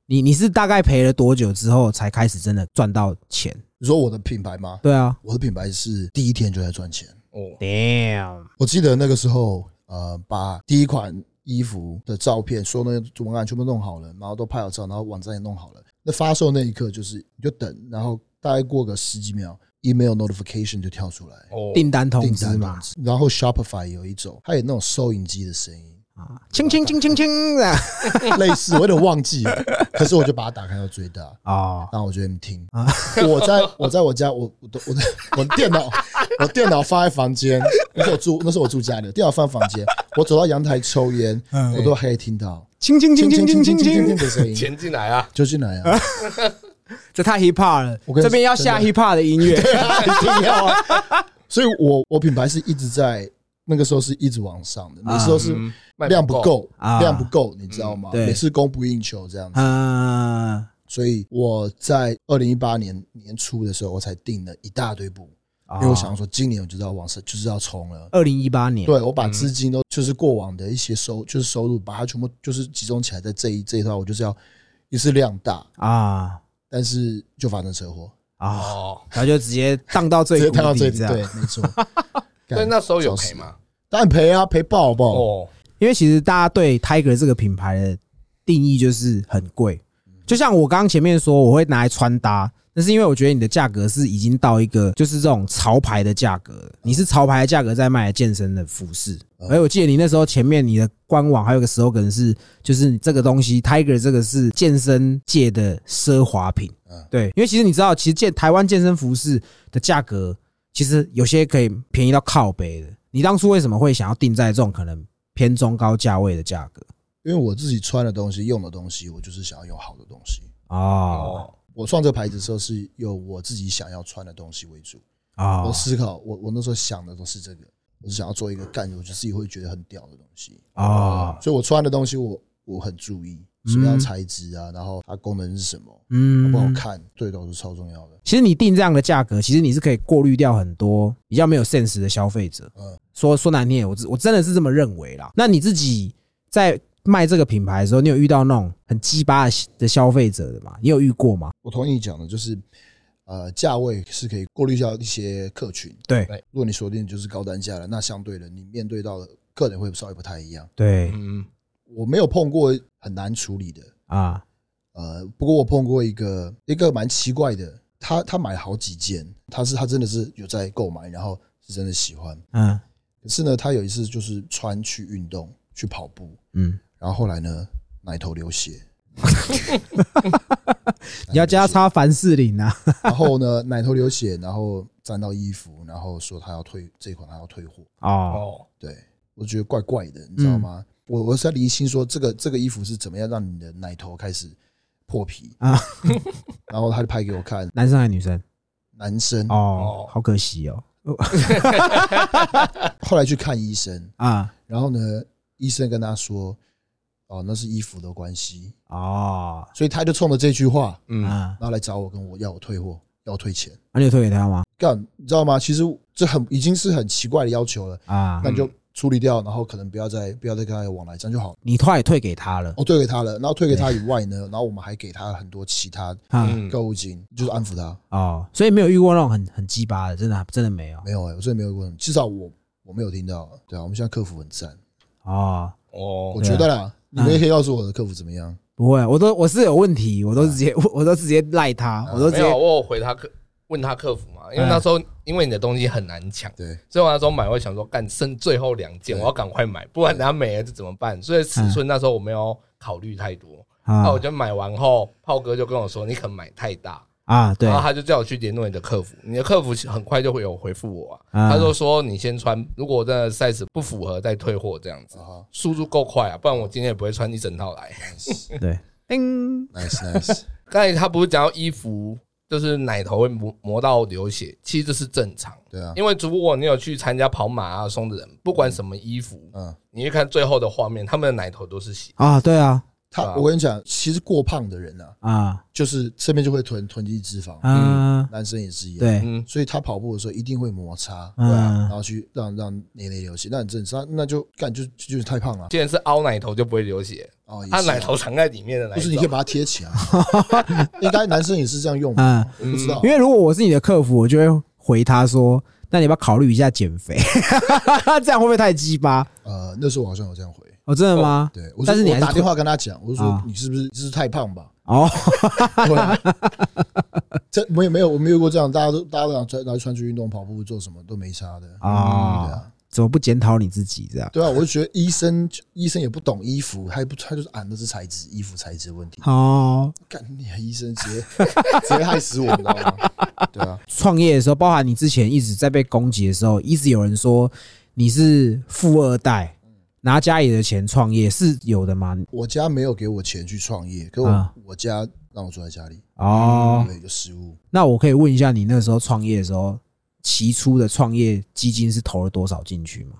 [SPEAKER 2] 你你是大概赔了多久之后才开始真的赚到钱？
[SPEAKER 3] 你说我的品牌吗？
[SPEAKER 2] 对啊
[SPEAKER 3] 我的品牌是第一天就在赚钱。
[SPEAKER 1] 哦，
[SPEAKER 2] ，damn，
[SPEAKER 3] 我记得那个时候，呃，把第一款衣服的照片、所有的文案全部弄好了，然后都拍好照，然后网站也弄好了。那发售那一刻，就是你就等，然后大概过个十几秒，email notification 就跳出来，
[SPEAKER 1] 哦，
[SPEAKER 2] 订单通
[SPEAKER 3] 订
[SPEAKER 2] 知
[SPEAKER 3] 单
[SPEAKER 2] 嘛
[SPEAKER 3] 通，知。然后 Shopify 有一种，它有那种收银机的声音，
[SPEAKER 2] 啊，轻轻轻轻轻的，
[SPEAKER 3] 类似，我有点忘记了，可是我就把它打开到最大。
[SPEAKER 2] 哦，
[SPEAKER 3] 然后我就在那边听
[SPEAKER 2] 啊
[SPEAKER 3] 我在我在我家，我我的我的我的电脑，我电脑放在房间，那时候我住那时候我住家里，电脑放房间，我走到阳台抽烟，我都还可以听到
[SPEAKER 2] 轻轻轻
[SPEAKER 3] 轻
[SPEAKER 2] 轻轻
[SPEAKER 3] 轻轻
[SPEAKER 2] 嗯轻
[SPEAKER 3] 轻轻
[SPEAKER 2] 轻
[SPEAKER 3] 轻，的声音
[SPEAKER 1] 钱进来啊，
[SPEAKER 3] 就进来 啊，
[SPEAKER 2] 这太 hip hop 了
[SPEAKER 3] 我，跟
[SPEAKER 2] 这边要下
[SPEAKER 3] 真
[SPEAKER 2] hip hop 的音 乐，
[SPEAKER 3] 一定要啊。所以我我品牌是一直在那个时候是一直往上的，那时候是
[SPEAKER 1] 嗯卖
[SPEAKER 3] 量不够
[SPEAKER 2] 啊，
[SPEAKER 3] 量不够，你知道吗？
[SPEAKER 2] 嗯对啊
[SPEAKER 3] 每次供不应求这样子。
[SPEAKER 2] 嗯，
[SPEAKER 3] 所以我在二零一八年年初的时候，我才订了一大堆布，
[SPEAKER 2] 因
[SPEAKER 3] 因
[SPEAKER 1] 啊
[SPEAKER 3] 为我想说今年我就要往上，就是要冲了。
[SPEAKER 2] 二零一八年，
[SPEAKER 3] 对，我把
[SPEAKER 1] 嗯
[SPEAKER 3] 资金都就是过往的一些收，就是收入，把它全部就是集中起来在这一这一套，我就是要一次量大，
[SPEAKER 2] 啊
[SPEAKER 3] 但是就发生车祸，
[SPEAKER 2] 啊，
[SPEAKER 1] 哦，
[SPEAKER 2] 然后就直接荡到最
[SPEAKER 3] 直接
[SPEAKER 2] 谷
[SPEAKER 3] 看到这
[SPEAKER 2] 底
[SPEAKER 3] 里，
[SPEAKER 2] 这样
[SPEAKER 3] 对，。没错。
[SPEAKER 1] 但
[SPEAKER 3] 干
[SPEAKER 1] 那时候有赔？吗？
[SPEAKER 3] 当然赔啊，赔爆好不好？
[SPEAKER 1] 哦，
[SPEAKER 2] 因为其实大家对 Tiger 这个品牌的定义就是很贵，就像我刚刚前面说，我会拿来穿搭，那是因为我觉得你的价格是已经到一个就是这种潮牌的价格了，你是潮牌的价格在卖健身的服饰。而我记得你那时候前面你的官网还有个 slogan 是，就是这个东西 Tiger 这个是健身界的奢华品
[SPEAKER 3] 嗯。
[SPEAKER 2] 对，因为其实你知道，其实健台湾健身服饰的价格其实有些可以便宜到靠背的。你当初为什么会想要定在这种可能偏中高价位的价格
[SPEAKER 3] 因为我自己穿的东西、用的东西，我就是想要用好的东西。
[SPEAKER 2] 哦
[SPEAKER 1] 哦，
[SPEAKER 3] 我创这个牌子的时候，是有我自己想要穿的东西为主。我
[SPEAKER 2] 哦
[SPEAKER 3] 思考，我我那时候想的都是这个，我是想要做一个干，我就自己会觉得很屌的东西。
[SPEAKER 2] 哦，
[SPEAKER 3] 所以我穿的东西我我很注意，什么样材质啊，然后它功能是什么，好
[SPEAKER 2] 嗯
[SPEAKER 3] 不好看，对都是超重要的。
[SPEAKER 2] 其实你定这样的价格，其实你是可以过滤掉很多比较没有 sense 的消费者。
[SPEAKER 3] 嗯
[SPEAKER 2] 说说难听点，我真我真的是这么认为啦。那你自己在卖这个品牌的时候，你有遇到那种很鸡巴的的消费者的吗？你有遇过吗？
[SPEAKER 3] 我同意你讲的，就是呃，价位是可以过滤掉一些客群。
[SPEAKER 2] 对
[SPEAKER 1] 对
[SPEAKER 3] 如果你锁定就是高单价了，那相对的你面对到的客人会稍微不太一样。
[SPEAKER 2] 对
[SPEAKER 1] 嗯，
[SPEAKER 3] 我没有碰过很难处理的，
[SPEAKER 2] 啊，
[SPEAKER 3] 呃，不过我碰过一个一个蛮奇怪的，他他买了好几件，他是他真的是有在购买，然后是真的喜欢。
[SPEAKER 2] 嗯
[SPEAKER 3] 可是呢，他有一次就是穿去运动去跑步，
[SPEAKER 2] 嗯，
[SPEAKER 3] 然后后来呢，奶头流血，
[SPEAKER 2] 你要加插凡士林啊，
[SPEAKER 3] 然后呢， 奶头流血，然后沾到衣服，然后说他要退这款，他要退货。
[SPEAKER 2] 哦
[SPEAKER 1] 哦，
[SPEAKER 3] 对我觉得怪怪的，你知道吗？我我是在厘清说这个这个衣服是怎么样让你的奶头开始破皮
[SPEAKER 2] 啊
[SPEAKER 3] 啊， 然后他就拍给我看，
[SPEAKER 2] 男生还是女生？
[SPEAKER 3] 男生
[SPEAKER 1] 哦，
[SPEAKER 2] 哦好可惜哦，
[SPEAKER 3] 后来去看医生，
[SPEAKER 2] 啊
[SPEAKER 3] 然后呢，医生跟他说，哦，那是衣服的关系，
[SPEAKER 2] 哦
[SPEAKER 3] 所以他就冲着这句话，
[SPEAKER 1] 嗯，
[SPEAKER 2] 啊，
[SPEAKER 3] 然后来找我跟我要我退货，要我退钱。
[SPEAKER 2] 那你有推给他吗？
[SPEAKER 3] 干，你知道吗？其实这很已经是很奇怪的要求了，
[SPEAKER 2] 啊
[SPEAKER 3] 那，你就处理掉，然后可能不要再不要再跟他有往来，这样就好了。
[SPEAKER 2] 你后来也退给他了
[SPEAKER 3] 我退给他了，然后退给他以外呢，然后我们还给他很多其他
[SPEAKER 2] 嗯啊
[SPEAKER 1] 嗯
[SPEAKER 3] 购物金，就是安抚他。
[SPEAKER 2] 哦，所以没有遇过那种很很鸡巴的，真的真的没有
[SPEAKER 3] 没有哎、我真的没有问，至少我我没有听到。对啊，我们现在客服很赞，
[SPEAKER 2] 哦。啊
[SPEAKER 1] 哦
[SPEAKER 3] 我，觉得啦，你们也可以告诉我的客服怎么样。
[SPEAKER 2] 不会，我都我是有问题，我都直接、 我都直接赖他，我都直
[SPEAKER 1] 没
[SPEAKER 2] 接
[SPEAKER 1] 有，我有回他客问他客服嘛，因为那时候因为你的东西很难抢，
[SPEAKER 3] 对，
[SPEAKER 1] 所以我那时候买会想说，干剩最后两件，
[SPEAKER 3] 对
[SPEAKER 1] 我要赶快买，不然等下没了这怎么办？所以尺寸那时候我没有考虑太多，那
[SPEAKER 2] 啊
[SPEAKER 1] 我就买完后，炮哥就跟我说，你可能买太大，
[SPEAKER 2] 啊，对
[SPEAKER 1] 然后他就叫我去联络你的客服，你的客服很快就会有回复我啊。
[SPEAKER 2] 啊
[SPEAKER 1] 他就说你先穿，如果我真的 size 不符合再退货这样子
[SPEAKER 3] 啊，哈
[SPEAKER 1] 速度够快啊，不然我今天也不会穿一整套来。
[SPEAKER 2] 对，叮，
[SPEAKER 3] ，nice nice，
[SPEAKER 1] 刚才他不是讲到衣服就是奶头会磨磨到流血，其实这是正常。
[SPEAKER 3] 对 啊，
[SPEAKER 1] 因为如果你有去参加跑马拉松的人，不管什么衣服，
[SPEAKER 3] 嗯，
[SPEAKER 1] 你去看最后的画面，他们的奶头都是血。
[SPEAKER 2] 啊，对啊，
[SPEAKER 1] 对啊
[SPEAKER 3] 他我跟你讲，其实过胖的人啊，
[SPEAKER 2] 啊
[SPEAKER 3] 就是身边就会囤囤积脂肪，
[SPEAKER 2] 啊，
[SPEAKER 3] 男生也是一样，
[SPEAKER 2] 对，
[SPEAKER 1] 嗯，
[SPEAKER 3] 所以他跑步的时候一定会摩擦，
[SPEAKER 2] 嗯
[SPEAKER 3] 对啊，然后去让让内内流血，那很正常，那那就干就就就是太胖了
[SPEAKER 1] 既然是凹奶头就不会流血，
[SPEAKER 3] 哦，也
[SPEAKER 1] 他
[SPEAKER 3] 是啊
[SPEAKER 1] 奶头藏在里面的奶
[SPEAKER 3] 不
[SPEAKER 1] 头，
[SPEAKER 3] 是你可以把它贴起来，啊 应该男生也是这样用吧？
[SPEAKER 2] 嗯，
[SPEAKER 3] 我不知道
[SPEAKER 2] 因，为如果我是你的客服，我就会回他说，那你要不要考虑一下减肥？ 这样会不会太鸡巴？
[SPEAKER 3] 呃，那时候我好像有这样回，
[SPEAKER 2] 哦，真的吗？
[SPEAKER 3] 对，我
[SPEAKER 2] 但是
[SPEAKER 3] 说
[SPEAKER 2] 你
[SPEAKER 3] 我
[SPEAKER 2] 还是
[SPEAKER 3] 打
[SPEAKER 2] 会
[SPEAKER 3] 电话跟他讲，我就说
[SPEAKER 2] 啊
[SPEAKER 3] 你是不是你是不是太胖吧？
[SPEAKER 2] 哦，
[SPEAKER 3] 对啊， 这没有没有我没有过这样，大家都大家都想穿拿去穿去运动跑步做什么都没差的
[SPEAKER 2] 啊
[SPEAKER 3] 对啊，
[SPEAKER 2] 怎么不检讨你自己这样？
[SPEAKER 3] 对啊，我就觉得医生医生也不懂衣服，还不他就是啊那是材质衣服材质问题，
[SPEAKER 2] 哦，
[SPEAKER 3] 干你啊医生直接直接害死我，你知道吗？对啊，
[SPEAKER 2] 创业的时候，包含你之前一直在被攻击的时候，一直有人说你是富二代，拿家里的钱创业是有的吗？
[SPEAKER 3] 我家没有给我钱去创业，可我、
[SPEAKER 2] 啊
[SPEAKER 3] 我家让我住在家里，
[SPEAKER 2] 哦，
[SPEAKER 3] 对，有食物。
[SPEAKER 2] 那我可以问一下，你那时候创业的时候，起初的创业基金是投了多少进去吗？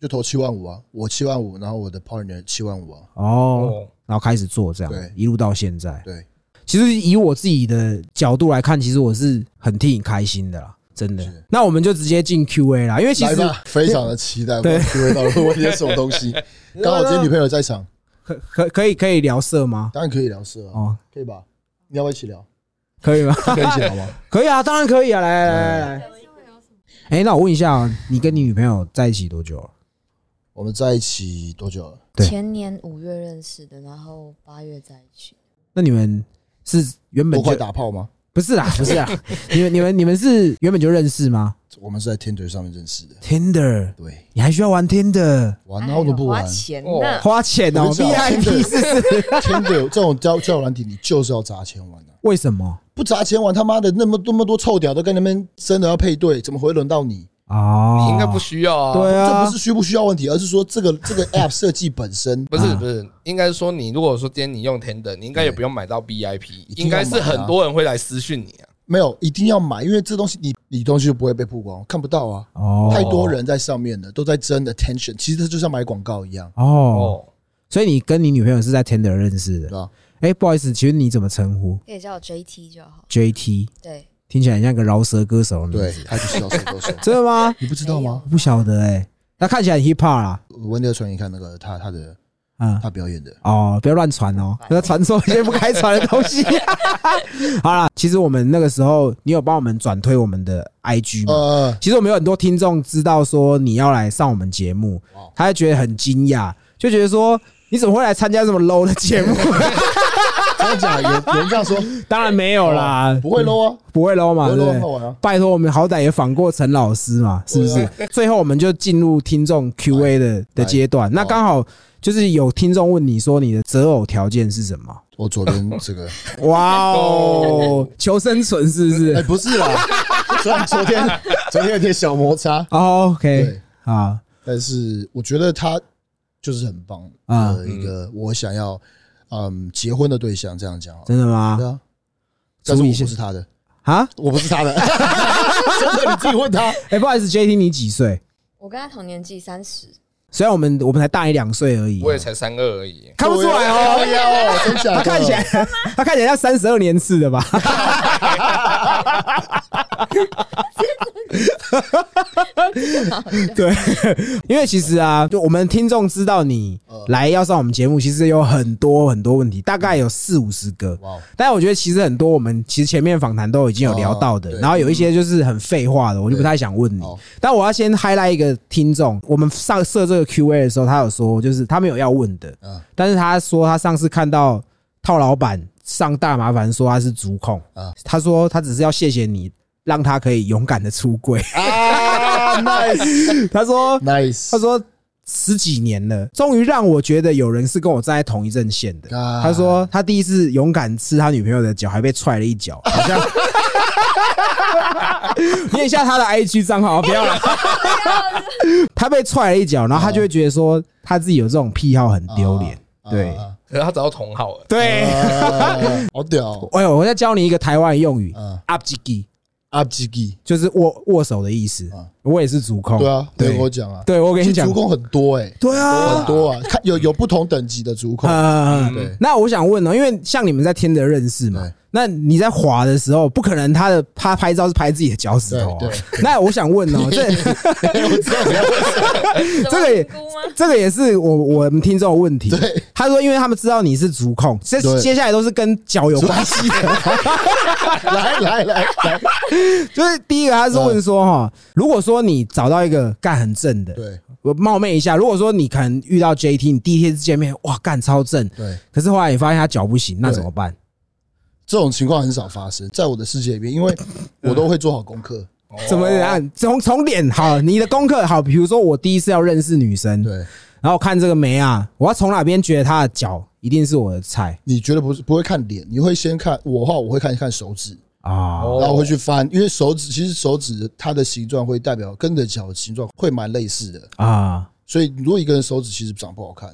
[SPEAKER 3] 就投七万五啊，我七万五，然后我的 partner 七万五啊，
[SPEAKER 2] 哦，
[SPEAKER 1] 哦，
[SPEAKER 2] 然后开始做这样
[SPEAKER 3] 对，
[SPEAKER 2] 一路到现在。
[SPEAKER 3] 对，
[SPEAKER 2] 其实以我自己的角度来看，其实我是很替你开心的啦，真的
[SPEAKER 3] 是。
[SPEAKER 2] 那我们就直接进 Q&A 啦，因为其
[SPEAKER 3] 来
[SPEAKER 2] 实
[SPEAKER 3] 吧，非常的期待，
[SPEAKER 2] 对
[SPEAKER 3] 对，会到会问一些什么东 西。刚好今天女朋友在场，
[SPEAKER 2] 可可可以可以聊色吗？
[SPEAKER 3] 当然可以聊色啊，
[SPEAKER 2] 哦，
[SPEAKER 3] 可以吧？你要不要一起聊？
[SPEAKER 2] 可以吗？
[SPEAKER 3] 可以一起聊吗？
[SPEAKER 2] 可以啊，当然可以啊，来来来来来。哎、那我问一下哦，你跟你女朋友在一起多久了？啊
[SPEAKER 3] 我们在一起多久了？
[SPEAKER 2] 对
[SPEAKER 4] 前年五月认识的，然后八月在一起。
[SPEAKER 2] 那你们是原本
[SPEAKER 3] 都快
[SPEAKER 2] 就
[SPEAKER 3] 打炮吗？
[SPEAKER 2] 不是啦，不 是啦，你们你们你们是原本就认识吗
[SPEAKER 3] 我们是在天腿上面认识的，
[SPEAKER 2] ？Tinder，
[SPEAKER 3] 对，
[SPEAKER 2] 你还需要玩 Tinder？
[SPEAKER 3] 玩然后都不玩
[SPEAKER 4] 哎呦花。钱
[SPEAKER 1] 哦
[SPEAKER 4] 呢？
[SPEAKER 2] 花钱
[SPEAKER 3] 我
[SPEAKER 2] 哦
[SPEAKER 3] 跟你讲
[SPEAKER 2] ，VIP 是不是？
[SPEAKER 3] 天腿这种交交友软体，你就是要砸钱玩的，啊
[SPEAKER 2] 为什么？
[SPEAKER 3] 不砸钱玩他妈的那么那么多臭屌都跟那边真的要配对，怎么会轮到你？
[SPEAKER 2] 哦，
[SPEAKER 1] 你应该不需要啊。
[SPEAKER 2] 对
[SPEAKER 3] 这
[SPEAKER 2] 啊
[SPEAKER 3] 不是，需不需要问题，而是说这个这个 app 设计本身
[SPEAKER 1] 不是
[SPEAKER 2] 啊
[SPEAKER 1] 不是，应该说你如果说今天你用 Tender，你应该也不用买到 VIP，
[SPEAKER 3] 一定
[SPEAKER 1] 应
[SPEAKER 3] 要
[SPEAKER 1] 该是
[SPEAKER 3] 买啊
[SPEAKER 1] 很多人会来私讯你啊。
[SPEAKER 3] 没有，一定要买，因为这东西你你东西就不会被曝光，看不到啊。
[SPEAKER 2] 哦
[SPEAKER 3] 太多人在上面了，都在争 attention，其实这就像买广告一样，
[SPEAKER 2] 哦，
[SPEAKER 1] 哦，
[SPEAKER 2] 所以你跟你女朋友是在 Tinder 认识
[SPEAKER 3] 对啊
[SPEAKER 2] 的？
[SPEAKER 3] 吧？
[SPEAKER 2] 哎，不好意思，请问你怎么称呼
[SPEAKER 4] 可以叫我 JT 就好。
[SPEAKER 2] ？JT，
[SPEAKER 4] 对，
[SPEAKER 2] 听起来很像个饶舌歌手的名
[SPEAKER 3] 对
[SPEAKER 2] 字，，
[SPEAKER 3] 他就是要收歌 手，
[SPEAKER 2] 真的 吗？
[SPEAKER 3] 你不知道吗？
[SPEAKER 2] 不晓得哎，那看起来很 hip hop 啦，
[SPEAKER 3] 文德传给你看那个他他的
[SPEAKER 2] 嗯。
[SPEAKER 3] 他表演的，
[SPEAKER 2] 哦，不要乱传哦，
[SPEAKER 3] 嗯
[SPEAKER 2] 不要传授一些不该传的东 西。好啦，其实我们那个时候，你有帮我们转推我们的 IG 吗？
[SPEAKER 3] 呃，
[SPEAKER 2] 其实我们有很多听众知道说你要来上我们节目
[SPEAKER 3] 哇，
[SPEAKER 2] 他就觉得很惊讶，就觉得说你怎么会来参加这么 low 的节 目？
[SPEAKER 3] 真的假的？有有人这样说，
[SPEAKER 2] 当然没 有啦，
[SPEAKER 3] 不会 low 啊，
[SPEAKER 2] 不会 low 嘛，
[SPEAKER 3] 不会
[SPEAKER 2] 对
[SPEAKER 3] low
[SPEAKER 2] 不
[SPEAKER 3] 很好
[SPEAKER 2] 对？
[SPEAKER 3] 玩啊。
[SPEAKER 2] 拜托，我们好歹也访过陈老师嘛，是不是？最后我们就进入听众 Q&A 的的阶段，那刚好就是有听众问你说你的择偶条件是什 么？
[SPEAKER 3] 我左边这 个，
[SPEAKER 2] 哇哦，求生存是不是
[SPEAKER 3] 哎，不是啦， 虽然昨天昨天有点小摩擦，
[SPEAKER 2] 哦？OK，
[SPEAKER 3] 对，
[SPEAKER 2] 好，
[SPEAKER 3] 但是我觉得他就是很棒
[SPEAKER 2] 啊
[SPEAKER 3] 的一个我想要嗯结婚的对象，这样讲好了，
[SPEAKER 2] 真的
[SPEAKER 3] 对
[SPEAKER 2] 吗？
[SPEAKER 3] 啊，但是
[SPEAKER 2] 注
[SPEAKER 3] 我
[SPEAKER 2] 意一下
[SPEAKER 3] 不是他的，
[SPEAKER 2] 啊，
[SPEAKER 3] 我不 是他的，真的你自己问他。
[SPEAKER 2] 哎，不好意思，JT，你几岁？
[SPEAKER 4] 我跟他同年纪，三 十。
[SPEAKER 2] 虽然我们我们才大你两岁而已，
[SPEAKER 1] 我也才三二而已。
[SPEAKER 2] 看不出来哦。
[SPEAKER 3] 对啊，真假的？
[SPEAKER 2] 他看起来，他看起来像三十二年次的吧？ 对，因为其实啊，就我们听众知道你来要上我们节目，其实有很多很多问题，大概有四五十个。
[SPEAKER 3] 哇哦，
[SPEAKER 2] 但我觉得其实很多我们其实前面访谈都已经有聊到的
[SPEAKER 3] 哦，对嗯哦
[SPEAKER 2] 然后有一些就是很废话的，我就不太想问你
[SPEAKER 3] 好。
[SPEAKER 2] 但我要先 highlight 一个听众，我们上设这个 Q&A 的时候，他有说就是他没有要问的，
[SPEAKER 3] 嗯
[SPEAKER 2] 但是他说他上次看到套老板上大麻烦，说他是足控，
[SPEAKER 3] 嗯
[SPEAKER 2] 他说他只是要谢谢你，让他可以勇敢的出柜。
[SPEAKER 3] 啊 ，nice
[SPEAKER 2] 他说
[SPEAKER 3] nice，
[SPEAKER 2] 他说十几年了，终于让我觉得有人是跟我站在同一阵线的。
[SPEAKER 3] 啊
[SPEAKER 2] 他说他第一次勇敢吃他女朋友的脚，还被踹了一脚，好像念一下他的 IG 账号， 不要了。他被踹了一脚，然后他就会觉得说他自己有这种癖好很丢脸。对
[SPEAKER 3] 啊
[SPEAKER 1] 可是他找到同好了，
[SPEAKER 2] 对，
[SPEAKER 3] 啊 好屌 哦，
[SPEAKER 2] 哎呦，我再教你一个台湾用语
[SPEAKER 3] 嗯
[SPEAKER 2] ，up g i
[SPEAKER 3] 阿基基，
[SPEAKER 2] 就是握握手的意思
[SPEAKER 3] 嗯。
[SPEAKER 2] 我也是主控，
[SPEAKER 3] 对啊，你
[SPEAKER 2] 哦对
[SPEAKER 3] 有跟我讲啊，
[SPEAKER 2] 对，我跟你讲
[SPEAKER 3] 主，攻很多哎，
[SPEAKER 2] 对啊
[SPEAKER 3] 很，多啊，看有有不同等级的主控，
[SPEAKER 2] 呃，
[SPEAKER 3] 对
[SPEAKER 2] 那我想问哦，因为像你们在天的认识嘛
[SPEAKER 3] 对，
[SPEAKER 2] 那你在滑的时候，不可能他的他拍照是拍自己的脚趾头、啊
[SPEAKER 3] 对。
[SPEAKER 2] 那我想问哦， 这
[SPEAKER 3] 我知道你要问谁
[SPEAKER 4] 这
[SPEAKER 2] 这个也
[SPEAKER 4] 估吗？
[SPEAKER 2] 这个也是我我们听众的问题。
[SPEAKER 3] 对
[SPEAKER 2] 他说，因为他们知道你是足控，这
[SPEAKER 3] 对
[SPEAKER 2] 接下来都是跟脚有关
[SPEAKER 3] 关系的， 来来来来，
[SPEAKER 2] 就是第一个，他是问说哈，如果说你找到一个干很正的，
[SPEAKER 3] 对
[SPEAKER 2] 我冒昧一下，如果说你可能遇到 JT，你第一天见面，哇，干超正，
[SPEAKER 3] 对，
[SPEAKER 2] 可是后来你发现他脚不行，那怎么办？
[SPEAKER 3] 这种情况很少发生在我的世界里面，因为我都会做好功课，
[SPEAKER 1] 哦
[SPEAKER 2] 怎么
[SPEAKER 3] 哦
[SPEAKER 2] 样？从从脸好，你的功课好，比如说我第一次要认识女生，
[SPEAKER 3] 对。
[SPEAKER 2] 然后看这个眉啊，我要从哪边觉得她的脚一定是我的菜
[SPEAKER 3] 你觉得不是不会看脸，你会先看我的话，我会看一看手指，
[SPEAKER 2] 啊？
[SPEAKER 1] 哦
[SPEAKER 3] 然后会去翻，因为手指其实手指它的形状会代表跟你的脚的形状会蛮类似的，
[SPEAKER 2] 啊，
[SPEAKER 3] 所以如果一个人手指其实长不好看，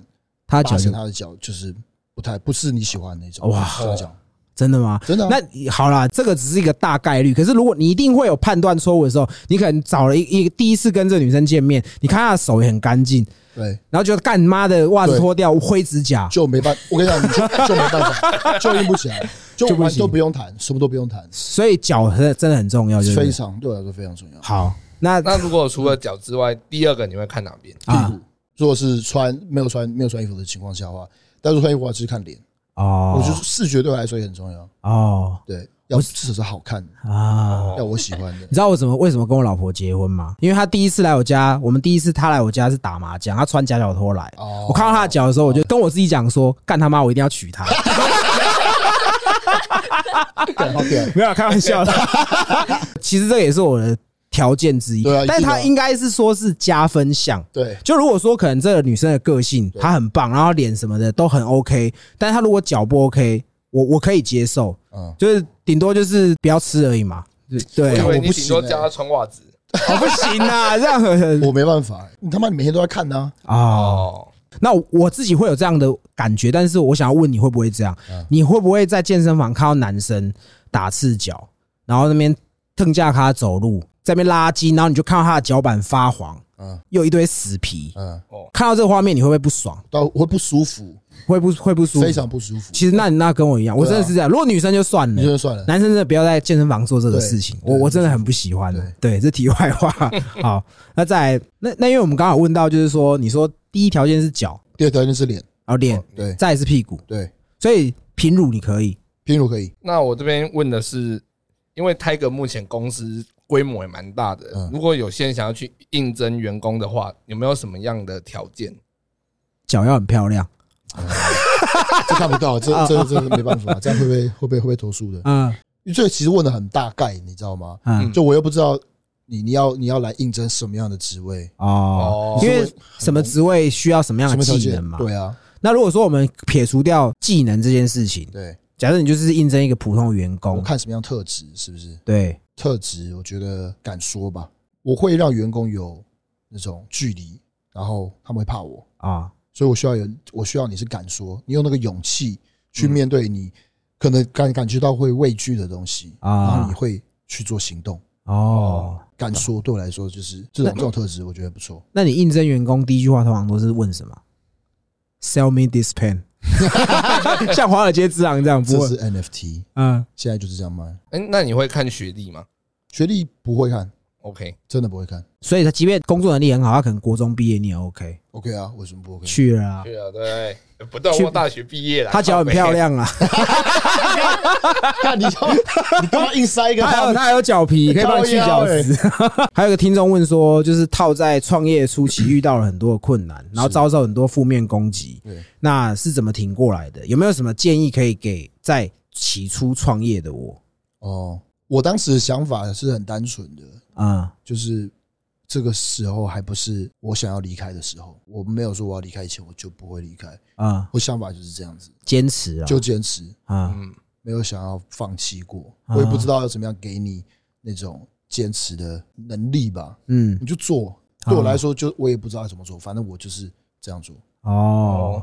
[SPEAKER 2] 她
[SPEAKER 3] 八
[SPEAKER 2] 脚就
[SPEAKER 3] 成他的脚就是不太不是你喜欢的那种。
[SPEAKER 2] 哇
[SPEAKER 3] 哇，这样讲
[SPEAKER 2] 真的吗？
[SPEAKER 3] 真的啊
[SPEAKER 2] 那好啦，这个只是一个大概率。可是如果你一定会有判断错误的时候，你可能找了一一个第一次跟这女生见面，你看她的手也很干净，
[SPEAKER 3] 对，
[SPEAKER 2] 然后就干妈的袜子脱掉，灰指甲，
[SPEAKER 3] 就没办，我跟你讲，你就就没办法，就硬不起来，就
[SPEAKER 2] 就不
[SPEAKER 3] 完
[SPEAKER 2] 行
[SPEAKER 3] 都不用谈，什么都不用谈，
[SPEAKER 2] 所以脚真的真的很重要，啊就是
[SPEAKER 3] 非常对我来说非常重要。
[SPEAKER 2] 好。那
[SPEAKER 1] 那如果除了脚之外，第二个你会看哪边？
[SPEAKER 2] 啊
[SPEAKER 3] 屁股，如果是穿没有穿没有穿衣服的情况下的话，但是穿衣服的话就是看脸，
[SPEAKER 2] 哦，
[SPEAKER 3] 我觉得视觉对我来说也很重要。
[SPEAKER 2] 哦
[SPEAKER 3] 对，要至少是好看的，
[SPEAKER 2] 啊。
[SPEAKER 3] 要我喜欢 的
[SPEAKER 2] 你。知道我怎么为什么跟我老婆结婚吗？因为她第一次来我家，我们第一次她来我家是打麻将，她穿夹脚拖来。
[SPEAKER 3] 哦
[SPEAKER 2] 我看到她的脚的时候，我就跟我自己讲说：“干他妈，我一定要娶她。
[SPEAKER 3] 看好屌，”
[SPEAKER 2] 没有开玩笑的， 其实这也是我的条件之一。
[SPEAKER 3] 对啊
[SPEAKER 2] 但是
[SPEAKER 3] 一定
[SPEAKER 2] 她
[SPEAKER 3] 的
[SPEAKER 2] 应该是说是加分项。
[SPEAKER 3] 对
[SPEAKER 2] 就如果说可能这个女生的个性她很棒，然后脸什么的都很 OK，但她如果脚不 OK，我我可以接受，
[SPEAKER 3] 嗯
[SPEAKER 2] 就是顶多就是不要吃而已嘛。对
[SPEAKER 1] 因
[SPEAKER 2] 对，啊
[SPEAKER 1] 为
[SPEAKER 3] 我
[SPEAKER 1] 你顶
[SPEAKER 3] 不行
[SPEAKER 1] 多
[SPEAKER 3] 欸
[SPEAKER 1] 教他穿袜子
[SPEAKER 2] 我不行啊，这样很
[SPEAKER 3] 我没办法，你他妈你每天都在看呢、
[SPEAKER 2] 啊。
[SPEAKER 1] 哦，
[SPEAKER 2] 那我自己会有这样的感觉，但是我想要问你会不会这样？
[SPEAKER 3] 嗯
[SPEAKER 2] 你会不会在健身房看到男生打赤脚，然后那边腾架咖走路，在那边拉筋，然后你就看到他的脚板发黄，
[SPEAKER 3] 嗯
[SPEAKER 2] 又一堆死皮，
[SPEAKER 3] 嗯，
[SPEAKER 2] 看到这个画面你会不会不爽？
[SPEAKER 3] 到会不舒服，
[SPEAKER 2] 会不会不舒服
[SPEAKER 3] 非？常不舒服。
[SPEAKER 2] 其实那你那跟我一样，我真的是这样。如果女生就算
[SPEAKER 3] 你就
[SPEAKER 2] 了。
[SPEAKER 3] 是算了，
[SPEAKER 2] 男生真的不要在健身房做这个事情，
[SPEAKER 3] 对
[SPEAKER 2] 我我真的很不喜欢。啊对，这题外 话。好，那再来，那那因为我们刚好问到，就是说，你说第一条件是脚，
[SPEAKER 3] 第二条件是脸，
[SPEAKER 2] 然后脸，
[SPEAKER 3] 哦对
[SPEAKER 2] 再来是屁股，
[SPEAKER 3] 对，
[SPEAKER 2] 所以平乳你可以
[SPEAKER 3] 平乳可 以，
[SPEAKER 1] 那我这边问的是，因为 Tiger 目前公司规模也蛮大的
[SPEAKER 3] 嗯，
[SPEAKER 1] 如果有些人想要去应征员工的话，有没有什么样的条件？
[SPEAKER 2] 脚要很漂亮，
[SPEAKER 3] 这看不到，这 这这没办法，这样会不会会不会会不会投诉的？
[SPEAKER 2] 嗯
[SPEAKER 3] 因为这个其实问的很大概，你知道吗？
[SPEAKER 2] 嗯
[SPEAKER 1] 嗯
[SPEAKER 3] 就我又不知道你你要你要来应征什么样的职位，
[SPEAKER 2] 哦
[SPEAKER 1] 哦，
[SPEAKER 2] 因为什么职位需要什么样
[SPEAKER 3] 什
[SPEAKER 2] 的
[SPEAKER 3] 么条
[SPEAKER 2] 技
[SPEAKER 3] 件
[SPEAKER 2] 能？嘛？
[SPEAKER 3] 对啊，
[SPEAKER 2] 那如果说我们撇除掉技能这件事情，
[SPEAKER 3] 对，
[SPEAKER 2] 假设你就是应征一个普通员
[SPEAKER 3] 我
[SPEAKER 2] 工，
[SPEAKER 3] 看什么样特质是不是？
[SPEAKER 2] 对，
[SPEAKER 3] 特质，我觉得敢说吧，我会让员工有那种距离，然后他们会怕我，
[SPEAKER 2] 啊
[SPEAKER 3] 所以我需要有，我需要你是敢说，你有那个勇气去
[SPEAKER 2] 嗯
[SPEAKER 3] 面对你可能感感觉到会畏惧的东西，然后
[SPEAKER 2] 啊
[SPEAKER 3] 你会去做行动。
[SPEAKER 2] 哦，
[SPEAKER 3] 敢说对我来说就是这种这种特质，我觉得不错。
[SPEAKER 2] 那你应征员工第一句话通常都是问什么？Sell me this pen，像华尔街之狼这样不
[SPEAKER 3] 这
[SPEAKER 2] 会
[SPEAKER 3] 是？NFT，
[SPEAKER 2] 嗯，
[SPEAKER 3] 现在就是这样卖。
[SPEAKER 1] 哎，那你会看学历吗
[SPEAKER 3] 学历不会看，
[SPEAKER 1] ？OK，
[SPEAKER 3] 真的不会看。
[SPEAKER 2] 所以他即便工作能力很好，他可能国中毕业你也 OK
[SPEAKER 3] OK 啊，为什么不 OK？
[SPEAKER 2] 去了啊。
[SPEAKER 1] 对啊，对，不到
[SPEAKER 2] 去
[SPEAKER 1] 我大学毕业了，
[SPEAKER 2] 他脚很 漂亮啊，
[SPEAKER 3] 看你就你干嘛硬塞一个
[SPEAKER 2] 他还有他还有脚 皮，可以帮你去脚
[SPEAKER 3] 欸
[SPEAKER 2] 趾。 还有一个听众问说，就是套在创业初期遇到了很多的困难，然后遭受很多负面攻击
[SPEAKER 3] 对，
[SPEAKER 2] 那是怎么挺过来的？有没有什么建议可以给在起初创业的我？
[SPEAKER 3] 哦，我当时的想法是很单纯的，
[SPEAKER 2] 啊、
[SPEAKER 3] 就是这个时候还不是我想要离开的时候。我没有说我要离开以前，我就不会离开。
[SPEAKER 2] 啊，
[SPEAKER 3] 我想法就是这样子，
[SPEAKER 2] 坚持啊，
[SPEAKER 3] 就坚持，
[SPEAKER 2] 啊
[SPEAKER 1] 嗯，
[SPEAKER 3] 没有想要放弃过。
[SPEAKER 2] 啊
[SPEAKER 3] 我也不知道要怎么样给你那种坚持的能力吧。
[SPEAKER 2] 嗯
[SPEAKER 3] 你就做，对我来说，就我也不知道怎么做，反正我就是这样做，
[SPEAKER 2] 哦，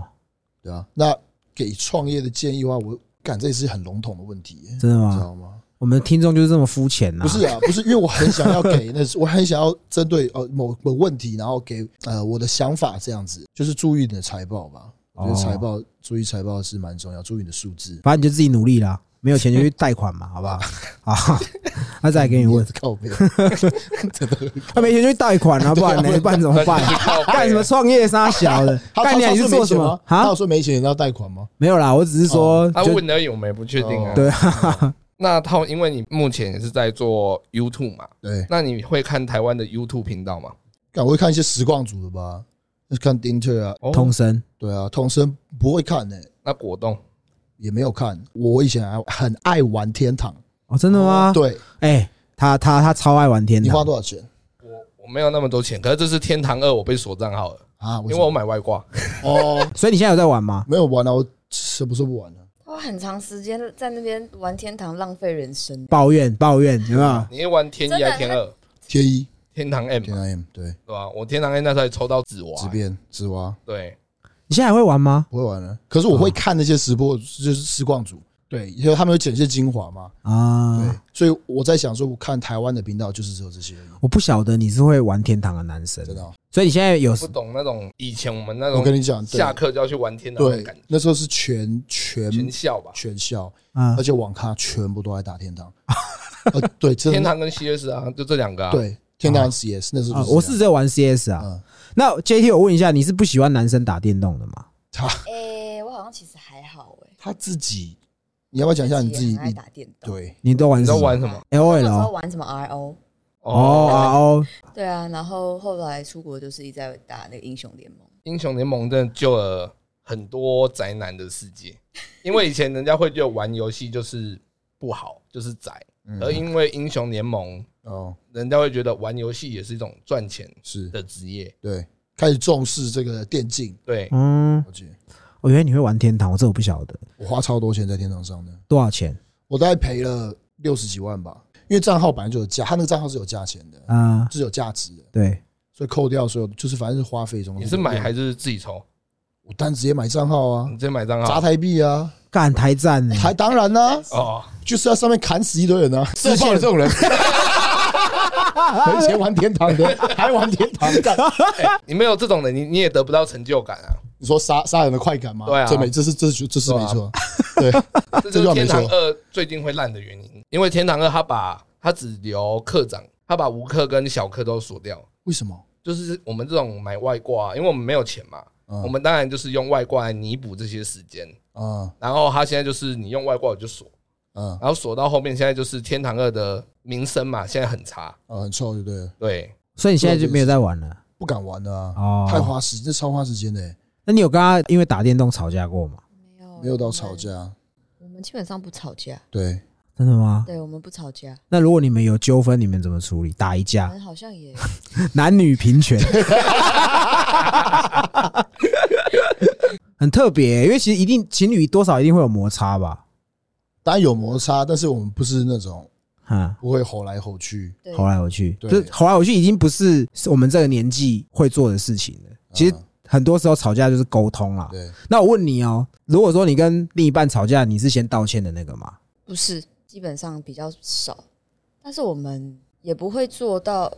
[SPEAKER 3] 对啊。那给创业的建议的话，我感这也是很笼统的问题耶，
[SPEAKER 2] 真的
[SPEAKER 3] 知
[SPEAKER 2] 吗？
[SPEAKER 3] 道吗？
[SPEAKER 2] 我们听众就是这么肤浅呐？
[SPEAKER 3] 不是啊，不是，因为我很想要给那， 我很想要针对呃某某问题，然后给呃我的想法这样子，就是注意你的财报吧。我觉得
[SPEAKER 2] 哦
[SPEAKER 3] 财报注意财报是蛮重要，注意你的数字。
[SPEAKER 2] 反正你就自己努力啦，没有钱就去贷款嘛，好 不好？好，那再来给你问，
[SPEAKER 3] 靠 背，真的很
[SPEAKER 2] 他没钱就去贷款啊，不然 呢？不然怎么办？
[SPEAKER 1] 啊
[SPEAKER 2] 干什么创业啥小的？
[SPEAKER 3] 他
[SPEAKER 2] 干
[SPEAKER 3] 他
[SPEAKER 2] 你还
[SPEAKER 3] 他
[SPEAKER 2] 是做
[SPEAKER 3] 说没
[SPEAKER 2] 什
[SPEAKER 3] 钱吗哦
[SPEAKER 2] 么？？
[SPEAKER 3] 他
[SPEAKER 2] 啊
[SPEAKER 3] 有？说没钱要贷款吗？
[SPEAKER 2] 没有啦，我只是说，
[SPEAKER 1] 他
[SPEAKER 2] 就
[SPEAKER 1] 问而已，啊我们也不确定啊。
[SPEAKER 3] 哦
[SPEAKER 2] 对
[SPEAKER 1] 那他因为你目前也是在做 YouTube 嘛，
[SPEAKER 3] 对，
[SPEAKER 1] 那你会看台湾的 YouTube 频道吗？
[SPEAKER 3] 干我会看一些实况组的吧，看丁特啊，
[SPEAKER 1] 哦
[SPEAKER 2] 通神
[SPEAKER 3] 对啊，童生不会看呢、
[SPEAKER 1] 那果冻
[SPEAKER 3] 也没有看。我以前还很爱玩天堂，
[SPEAKER 2] 哦，真的吗？，
[SPEAKER 3] 对
[SPEAKER 2] 哎，他他他超爱玩天
[SPEAKER 3] 你
[SPEAKER 2] 堂
[SPEAKER 3] 花，多少钱
[SPEAKER 1] 我没有那么多钱，可是这是天堂二，我被锁账号了，
[SPEAKER 3] 啊？
[SPEAKER 1] 因
[SPEAKER 3] 为
[SPEAKER 1] 为
[SPEAKER 3] 什么
[SPEAKER 1] 我买外 挂。
[SPEAKER 3] 哦，
[SPEAKER 2] 所以你现在有在玩吗？
[SPEAKER 3] 没有玩啊，我什么时候不玩啊了、
[SPEAKER 4] 他很长时间在那边玩天堂，浪费人生。
[SPEAKER 2] 抱怨抱怨，有没有？
[SPEAKER 1] 你一玩天一还是
[SPEAKER 4] 真
[SPEAKER 1] 天二？
[SPEAKER 3] 天一、
[SPEAKER 1] 天堂 M
[SPEAKER 3] 天
[SPEAKER 1] 嘛
[SPEAKER 3] 堂 M 对，
[SPEAKER 1] 对吧？我天堂 M 那时候还抽到紫娃
[SPEAKER 3] 直，变紫蛙
[SPEAKER 1] 对，
[SPEAKER 2] 你现在还会玩吗？
[SPEAKER 3] 不会玩了，可是我会看那些实播，就是实况组，对，因为他们有剪一些精华嘛，对
[SPEAKER 2] 啊，，
[SPEAKER 3] 所以我在想说，我看台湾的频道就是只有这些而已，
[SPEAKER 2] 我不晓得你是会玩天堂的男生，
[SPEAKER 3] 真的哦。
[SPEAKER 2] 所以你现在有
[SPEAKER 1] 不懂那种以前我们那
[SPEAKER 3] 我跟
[SPEAKER 1] 种
[SPEAKER 3] 你讲，对
[SPEAKER 1] 下课就要去玩天堂的
[SPEAKER 3] 对
[SPEAKER 1] 感觉，，
[SPEAKER 3] 那时候是全全
[SPEAKER 1] 全校吧？
[SPEAKER 3] 全校，
[SPEAKER 2] 啊
[SPEAKER 3] 而且网咖全部都在打天堂，呃，对，真的
[SPEAKER 1] 天堂跟 CS 啊，就这两个啊。，
[SPEAKER 3] 对天堂 CS 那时候
[SPEAKER 2] 啊
[SPEAKER 3] 就
[SPEAKER 2] 我
[SPEAKER 3] 这
[SPEAKER 2] 是
[SPEAKER 3] 样
[SPEAKER 2] 只有玩 CS 啊。
[SPEAKER 3] 嗯
[SPEAKER 2] 那 JT，我问一下，你是不喜欢男生打电动的吗？
[SPEAKER 4] 哎、我好像其实还好哎、
[SPEAKER 3] 他自己，你要不要讲一下你自己
[SPEAKER 4] 也很爱
[SPEAKER 3] 你
[SPEAKER 4] 打电动，
[SPEAKER 3] 对
[SPEAKER 2] 你都玩
[SPEAKER 1] 你知
[SPEAKER 2] 什
[SPEAKER 1] 道
[SPEAKER 2] 么哎
[SPEAKER 1] 玩什么？
[SPEAKER 4] 那时候
[SPEAKER 2] LOL
[SPEAKER 4] 玩什么 RO，
[SPEAKER 2] 哦
[SPEAKER 1] 哦，
[SPEAKER 2] RO
[SPEAKER 4] 对啊，然后后来出国就是一直在打那个英雄联盟，
[SPEAKER 1] 英雄联盟真的救了很多宅男的世界，因为以前人家会觉得玩游戏就是不好，就是宅，而
[SPEAKER 3] 嗯
[SPEAKER 1] 因为英雄联盟，
[SPEAKER 3] 哦
[SPEAKER 1] 人家会觉得玩游戏也是一种赚钱
[SPEAKER 3] 是
[SPEAKER 1] 的职业。
[SPEAKER 3] 对，开始重视这个电竞，
[SPEAKER 1] 对，
[SPEAKER 2] 嗯，
[SPEAKER 3] 我记得
[SPEAKER 2] 我原来你会玩天堂，我这我不晓得
[SPEAKER 3] 我花超多钱在天堂上的，
[SPEAKER 2] 多少钱
[SPEAKER 3] 我大概赔了六十几万吧，因为账号本来就有价，他那个账号是有价钱的，
[SPEAKER 2] 啊？
[SPEAKER 3] 是有价值的，
[SPEAKER 2] 对，
[SPEAKER 3] 所以扣掉所有就是反正是花费中，
[SPEAKER 1] 你是买还是嗯自己抽？
[SPEAKER 3] 我单直接买账号啊
[SPEAKER 1] 你，直接买账
[SPEAKER 3] 砸
[SPEAKER 1] 号
[SPEAKER 3] 台币啊，
[SPEAKER 2] 干台战呢？
[SPEAKER 3] 台当然啦、
[SPEAKER 1] 哦，
[SPEAKER 3] 就是要上面砍死一堆人啊，
[SPEAKER 2] 之前
[SPEAKER 3] 自爆的这种人。 没钱玩天堂的，还玩天堂干？
[SPEAKER 1] 你没有这种的，你你也得不到成就感啊。
[SPEAKER 3] 你说杀杀人的快感吗？
[SPEAKER 1] 对啊
[SPEAKER 3] 这没，这是这是这是
[SPEAKER 1] 对
[SPEAKER 3] 没
[SPEAKER 1] 啊
[SPEAKER 3] 错。 对，
[SPEAKER 1] 这就
[SPEAKER 3] 这句
[SPEAKER 1] 是
[SPEAKER 3] 话没
[SPEAKER 1] 天堂
[SPEAKER 3] 错
[SPEAKER 1] 二最近会烂的原因，因为天堂二他把他只留课长，他把吴课跟小课都锁掉，
[SPEAKER 3] 为什么？
[SPEAKER 1] 就是我们这种买外挂，因为我们没有钱嘛，
[SPEAKER 3] 我
[SPEAKER 1] 我们当然就是用外挂来弥补这些时间。
[SPEAKER 3] 嗯
[SPEAKER 1] 然后他现在就是你用外挂我就锁，
[SPEAKER 3] 嗯
[SPEAKER 1] 然后锁到后面现在就是天堂二的名声嘛，现在很差，
[SPEAKER 3] 嗯，很臭，对不对？
[SPEAKER 1] 对，
[SPEAKER 2] 所以你现在就没有在玩了
[SPEAKER 3] 不敢玩的啊，太
[SPEAKER 2] 哦？
[SPEAKER 3] 花时，这超花时间的欸，
[SPEAKER 2] 那你有跟他因为打电动吵架过吗？
[SPEAKER 4] 没有
[SPEAKER 3] 没有到吵，架。
[SPEAKER 4] 我们我们基本上不吵架，
[SPEAKER 3] 对，
[SPEAKER 2] 真的吗？
[SPEAKER 4] 对我们不吵架，
[SPEAKER 3] 啊
[SPEAKER 2] 那如果你们有纠纷，你们怎么处理？打一
[SPEAKER 4] 我
[SPEAKER 2] 架，
[SPEAKER 4] 们好像也。
[SPEAKER 2] 男女平权，很特别欸，因为其实一定情侣多少一定会有摩擦吧？
[SPEAKER 3] 当然有摩擦，但是我们不是那种
[SPEAKER 2] 哈，
[SPEAKER 3] 不会吼来吼去
[SPEAKER 4] 对
[SPEAKER 2] 吼来吼去，
[SPEAKER 3] 对
[SPEAKER 2] 就是吼来吼去已经不是我们这个年纪会做的事情了。其实
[SPEAKER 3] 嗯
[SPEAKER 2] 很多时候吵架就是沟通啦。
[SPEAKER 3] 对，
[SPEAKER 2] 那我问你哦，如果说你跟另一半吵架，你是先道歉的那个吗？
[SPEAKER 4] 不是，基本上比较少，但是我们也不会做到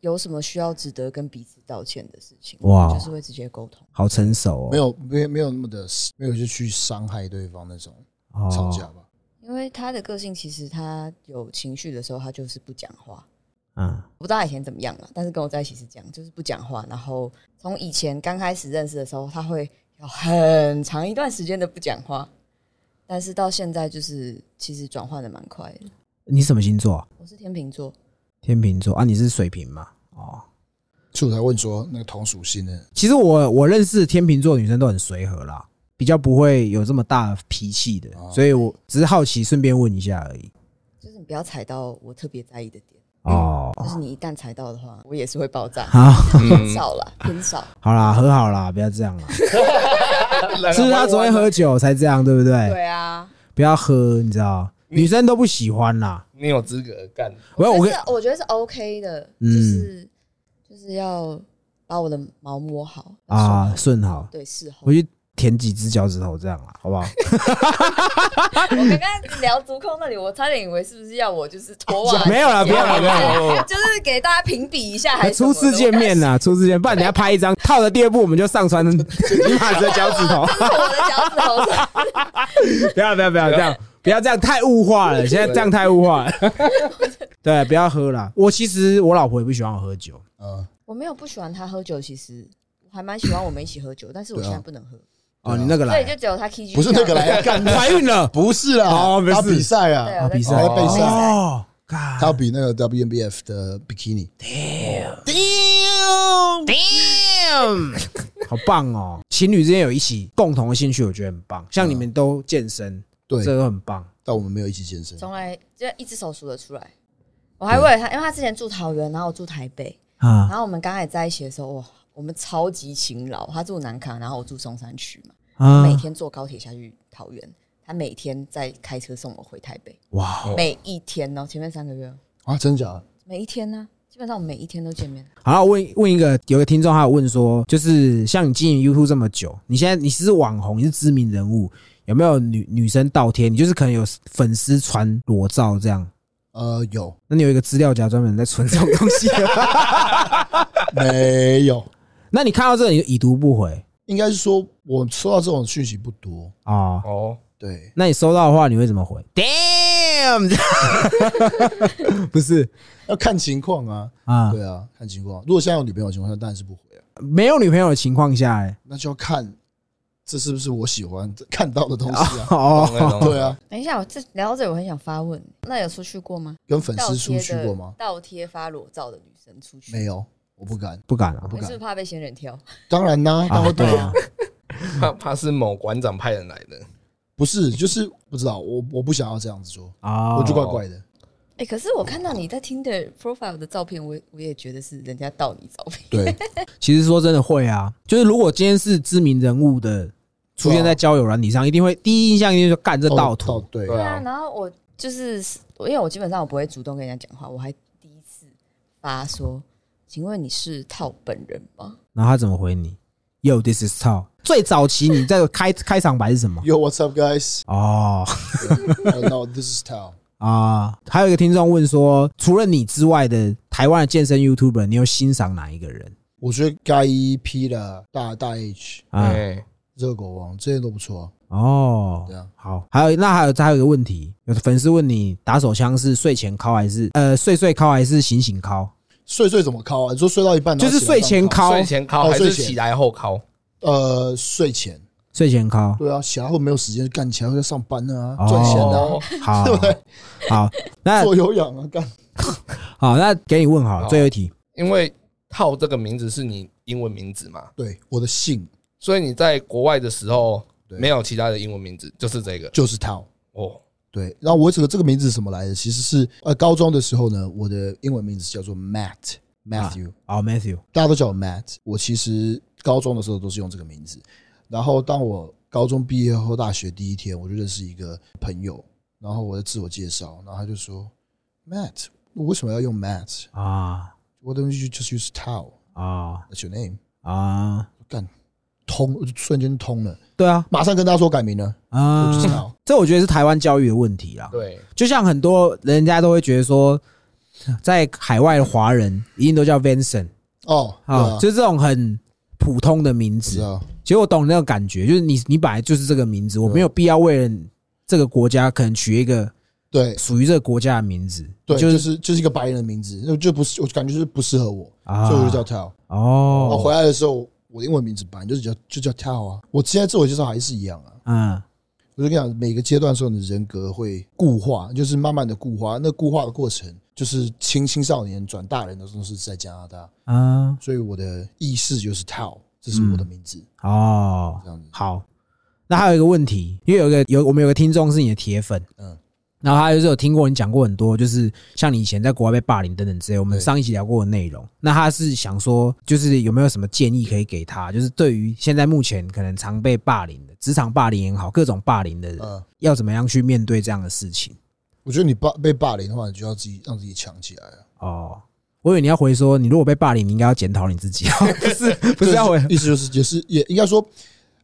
[SPEAKER 4] 有什么需要值得跟彼此道歉的事情，
[SPEAKER 2] 哇
[SPEAKER 4] 就是会直接沟通。
[SPEAKER 2] 好成熟哦，
[SPEAKER 3] 没有没有没有那么的，没有就去伤害对方那种
[SPEAKER 2] 哦
[SPEAKER 3] 吵架，吧。
[SPEAKER 4] 因为他的个性，其实他有情绪的时候，他就是不讲话。
[SPEAKER 2] 嗯，
[SPEAKER 4] 我不知道他以前怎么样了，但是跟我在一起是这样，就是不讲话。然后从以前刚开始认识的时候，他会有很长一段时间的不讲话，但是到现在就是其实转换的蛮快的。
[SPEAKER 2] 你什么星座啊？
[SPEAKER 4] 我是天秤座，
[SPEAKER 2] 天秤座啊，你是水瓶嘛？哦，
[SPEAKER 3] 所以我才问说那个同属性的，
[SPEAKER 2] 其实我我认识天秤座的女生都很随和啦，比较不会有这么大的脾气的，
[SPEAKER 3] 哦
[SPEAKER 2] 所以我只是好奇，顺便问一下而已。
[SPEAKER 4] 就是你不要踩到我特别在意的点，
[SPEAKER 2] 哦，啊
[SPEAKER 4] 就是你一旦踩到的话，我也是会爆炸。
[SPEAKER 2] 好，
[SPEAKER 4] 偏少啦，偏少。
[SPEAKER 2] 好啦，和好啦，不要这样啦。是
[SPEAKER 1] 是
[SPEAKER 2] 不是他昨天喝酒才这样，对不对？
[SPEAKER 4] 对啊，
[SPEAKER 2] 不要喝，你知道，女生都不喜欢啦。
[SPEAKER 1] 你有资格干。
[SPEAKER 2] 没哦有，我跟
[SPEAKER 4] 但是我觉得是 OK 的，
[SPEAKER 2] 嗯
[SPEAKER 4] 就是就是要把我的毛摸好
[SPEAKER 2] 啊
[SPEAKER 4] 梳好
[SPEAKER 2] 顺好，
[SPEAKER 4] 对，事后
[SPEAKER 2] 我去舔几只脚趾头这样啦，好不好？
[SPEAKER 4] 我刚刚聊足控那里，我差点以为是不是要我就是 脱袜
[SPEAKER 2] 没有啦不要啦不要啦
[SPEAKER 1] 不要啦
[SPEAKER 4] 就是给大家评比一下，还是什么
[SPEAKER 2] 初
[SPEAKER 4] 的
[SPEAKER 2] 次见面呐，初次见面，不然等下拍一张套的第二步，我们就上传尼玛的脚趾头
[SPEAKER 4] 我。刚刚我的脚趾 头，
[SPEAKER 2] 不要不要不要这样，不要这样太物化了，现在这样太物化了。对，不要喝啦。我其实我老婆也不喜欢我喝酒，
[SPEAKER 3] 嗯，
[SPEAKER 4] 我没有不喜欢他喝酒，其实我还蛮喜欢我们一起喝酒，但是
[SPEAKER 2] 啊
[SPEAKER 4] 我现在不能喝，
[SPEAKER 2] 哦，你那个
[SPEAKER 4] 所以
[SPEAKER 2] 来
[SPEAKER 4] 就只有他 K G
[SPEAKER 3] 不是那个来啊干，
[SPEAKER 2] 怀孕了
[SPEAKER 3] 不是啦，
[SPEAKER 2] 哦没事
[SPEAKER 3] 他比赛
[SPEAKER 4] 对
[SPEAKER 3] 啊，
[SPEAKER 4] 我在
[SPEAKER 2] 比赛
[SPEAKER 3] 哦被晒
[SPEAKER 2] 哦，干
[SPEAKER 3] 他要比那个 WNBF 的 Bikini，
[SPEAKER 2] Damn damn，好棒哦！情侣之间有一起共同的兴趣，我觉得很棒。像你们都健身，
[SPEAKER 3] 对
[SPEAKER 2] 这，个很棒。
[SPEAKER 3] 但我们没有一起健身，
[SPEAKER 4] 从来就一只手数得出来。我还为了他，因为他之前住桃园，然后我住台北，
[SPEAKER 2] 啊
[SPEAKER 4] 然后我们刚开始在一起的时候，哇，我们超级勤劳。他住南康，然后我住松山区嘛，
[SPEAKER 3] 嗯
[SPEAKER 2] 啊
[SPEAKER 4] 每天坐高铁下去桃园，他每天再开车送我回台北，
[SPEAKER 2] 哇，
[SPEAKER 4] 每一天哦，前面三个月哦，
[SPEAKER 3] 啊，真假的？
[SPEAKER 4] 每一天呢、基本上我们每一天都见面。
[SPEAKER 2] 好了，问问一个，有个听众他有问说，就是像你经营 YouTube 这么久，你现在你是网红，你是知名人物，有没有女女生倒贴？你就是可能有粉丝传裸照这样。
[SPEAKER 3] 呃，有
[SPEAKER 2] 那你有一个资料夹专门在存这种东 西的，
[SPEAKER 3] 没有？
[SPEAKER 2] 那你看到这个你就已读不回
[SPEAKER 3] 应该是说我收到这种讯息不多，
[SPEAKER 2] 哦。
[SPEAKER 1] 哦，
[SPEAKER 3] 对，
[SPEAKER 2] 那你收到的话，你会怎么回？Damn，不是
[SPEAKER 3] 要看情况啊，
[SPEAKER 2] 啊，
[SPEAKER 3] 对啊，看情况。如果现在有女朋友的情况下，当然是不回啊，
[SPEAKER 2] 没有女朋友的情况下、欸，
[SPEAKER 3] 那就要看这是不是我喜欢 看到的东西啊，
[SPEAKER 2] 哦，
[SPEAKER 3] 对啊，
[SPEAKER 4] 等一下，我这聊到这，我很想发问，那有出去过吗？
[SPEAKER 3] 跟粉
[SPEAKER 4] 倒
[SPEAKER 3] 丝出
[SPEAKER 4] 贴
[SPEAKER 3] 去过吗
[SPEAKER 4] 的？倒贴发裸照的女生出去
[SPEAKER 3] 没，有，我不敢。
[SPEAKER 2] 不敢啊
[SPEAKER 3] 不，
[SPEAKER 4] 你是
[SPEAKER 3] 敢
[SPEAKER 4] 不是怕被仙人跳？
[SPEAKER 3] 当然啦、当
[SPEAKER 2] 啊，
[SPEAKER 3] 然
[SPEAKER 2] 对啊，
[SPEAKER 1] 怕怕是某馆长派人来的，
[SPEAKER 3] 不是，就是不知道，我我不想要这样子做，
[SPEAKER 2] 啊，
[SPEAKER 3] 我就怪怪的。
[SPEAKER 4] 哎、可是我看到你在听的 profile 的照片，我也我也觉得是人家盗你照片。
[SPEAKER 3] 对，
[SPEAKER 2] 其实说真的会啊，就是如果今天是知名人物的出现在交友软体上，一定会第一印象一定就干这盗
[SPEAKER 3] 哦
[SPEAKER 2] 图
[SPEAKER 3] 到对，
[SPEAKER 1] 对啊
[SPEAKER 4] 然后我就是因为我基本上我不会主动跟人家讲话，我还第一次发说，请问你是套本人吗？
[SPEAKER 2] 然后他怎么回你？Yo, this is Tao。最早期你这个开开场白是什么？
[SPEAKER 3] Yo, what's up, guys?
[SPEAKER 2] 哦
[SPEAKER 3] Uh, no, this is Tao.
[SPEAKER 2] 啊，还有一个听众问说，除了你之外的台湾的健身 YouTuber，你有欣赏哪一个人
[SPEAKER 3] 我觉得该一批的大大 H
[SPEAKER 2] 啊？
[SPEAKER 1] 哎，
[SPEAKER 3] 热狗王这些都不错、啊。
[SPEAKER 2] 哦
[SPEAKER 3] 对啊，
[SPEAKER 2] 好，还有那还有还有一个问题，有的粉丝问你打手枪是睡前敲还是呃睡睡敲还是醒醒敲？
[SPEAKER 3] 睡睡怎么敲啊？你说睡到一半然
[SPEAKER 2] 就
[SPEAKER 3] 后
[SPEAKER 2] 是
[SPEAKER 3] 起来
[SPEAKER 2] 睡前
[SPEAKER 3] 这样
[SPEAKER 2] 敲，
[SPEAKER 1] 睡前敲
[SPEAKER 3] 哦
[SPEAKER 1] 还
[SPEAKER 3] 睡
[SPEAKER 1] 是
[SPEAKER 3] 前
[SPEAKER 1] 起来后敲？
[SPEAKER 3] 敲？呃，睡前
[SPEAKER 2] 睡前敲。
[SPEAKER 3] 对啊，起来后没有时间干，起来后要上班啊，
[SPEAKER 2] 哦
[SPEAKER 3] 赚钱
[SPEAKER 1] 哦
[SPEAKER 3] 啊，，
[SPEAKER 2] 好
[SPEAKER 3] 对不对？
[SPEAKER 2] 好， 那
[SPEAKER 3] 做有氧啊，干。
[SPEAKER 2] 好，那给你问好了，
[SPEAKER 1] 好
[SPEAKER 2] 最后一题
[SPEAKER 1] 因为套这个名字是你英文名字嘛，
[SPEAKER 3] 对，我的姓
[SPEAKER 1] 所以你在国外的时候
[SPEAKER 3] 对
[SPEAKER 1] 没有其他的英文名字，就是这个
[SPEAKER 3] 就是 Tao。
[SPEAKER 1] 哦。
[SPEAKER 3] 对，然后我这个这个名字是怎么来的？其实是呃，高中的时候呢，我的英文名字叫做 Matt Matthew，、
[SPEAKER 2] 哦，Matthew，
[SPEAKER 3] 大家都叫我 Matt。我其实高中的时候都是用这个名字，然后当我高中毕业后，大学第一天我就认识一个朋友，然后我在自我介绍，然后他就说 Matt，我为什么要用 Matt？
[SPEAKER 2] 啊
[SPEAKER 3] 我东西 just use Tao，that's
[SPEAKER 2] 啊
[SPEAKER 3] your name。
[SPEAKER 2] 啊，
[SPEAKER 3] 干，通，我就瞬间通了，
[SPEAKER 2] 对啊
[SPEAKER 3] 马上跟大家说我改名了，我就知
[SPEAKER 2] 啊，
[SPEAKER 3] 道。
[SPEAKER 2] 这我觉得是台湾教育的问题
[SPEAKER 3] 啊
[SPEAKER 2] 啦。
[SPEAKER 1] 对，
[SPEAKER 2] 就像很多人家都会觉得说，在海外的华人一定都叫 Vincent
[SPEAKER 3] 哦，对
[SPEAKER 2] 啊，
[SPEAKER 3] 啊，
[SPEAKER 2] 就是这种很普通的名
[SPEAKER 3] 知
[SPEAKER 2] 字。
[SPEAKER 3] 道，
[SPEAKER 2] 其实我懂那种感觉，就是你你本来就是这个名
[SPEAKER 3] 啊
[SPEAKER 2] 字，我没有必要为了这个国家可能取一个
[SPEAKER 3] 对，
[SPEAKER 2] 属于这个国家的名字，
[SPEAKER 3] 对，
[SPEAKER 2] 就
[SPEAKER 3] 就是是就是一个白人的名字，那就不是我感觉就是不适合我，
[SPEAKER 2] 啊
[SPEAKER 3] 所以我就叫 Tao。我
[SPEAKER 2] 哦，
[SPEAKER 3] 回来的时候，我的英文名字本来就是叫就叫 Tao 啊。我现在自我介绍还是一样啊。
[SPEAKER 2] 嗯
[SPEAKER 3] 我就跟你讲，每个阶段的时候，你的人格会固化，就是慢慢的固化。那固化的过程，就是青青少年转大人的时候是在加拿大，
[SPEAKER 2] 啊
[SPEAKER 3] 所以我的意识就是 Tao，这是我
[SPEAKER 2] 嗯
[SPEAKER 3] 的名字，
[SPEAKER 2] 哦
[SPEAKER 3] 这，样子。
[SPEAKER 2] 好，那还有一个问题，因为有一个有我们有个听众是你的铁粉，嗯
[SPEAKER 3] 嗯，
[SPEAKER 2] 然后他就是有听过你讲过很多，就是像你以前在国外被霸凌等等之类，我们
[SPEAKER 3] 对
[SPEAKER 2] 上一期聊过的内容。那他是想说，就是有没有什么建议可以给他，就是对于现在目前可能常被霸凌的职场霸凌也好，各种霸凌的人，
[SPEAKER 3] 嗯，
[SPEAKER 2] 要怎么样去面对这样的事情？
[SPEAKER 3] 我觉得你霸被霸凌的话，你就要自己让自己强起来啊。
[SPEAKER 2] 哦，我以为你要回说，你如果被霸凌，你应该要检讨你自己， 不是 不是要啊 回
[SPEAKER 3] 对意思就是也是也应该说，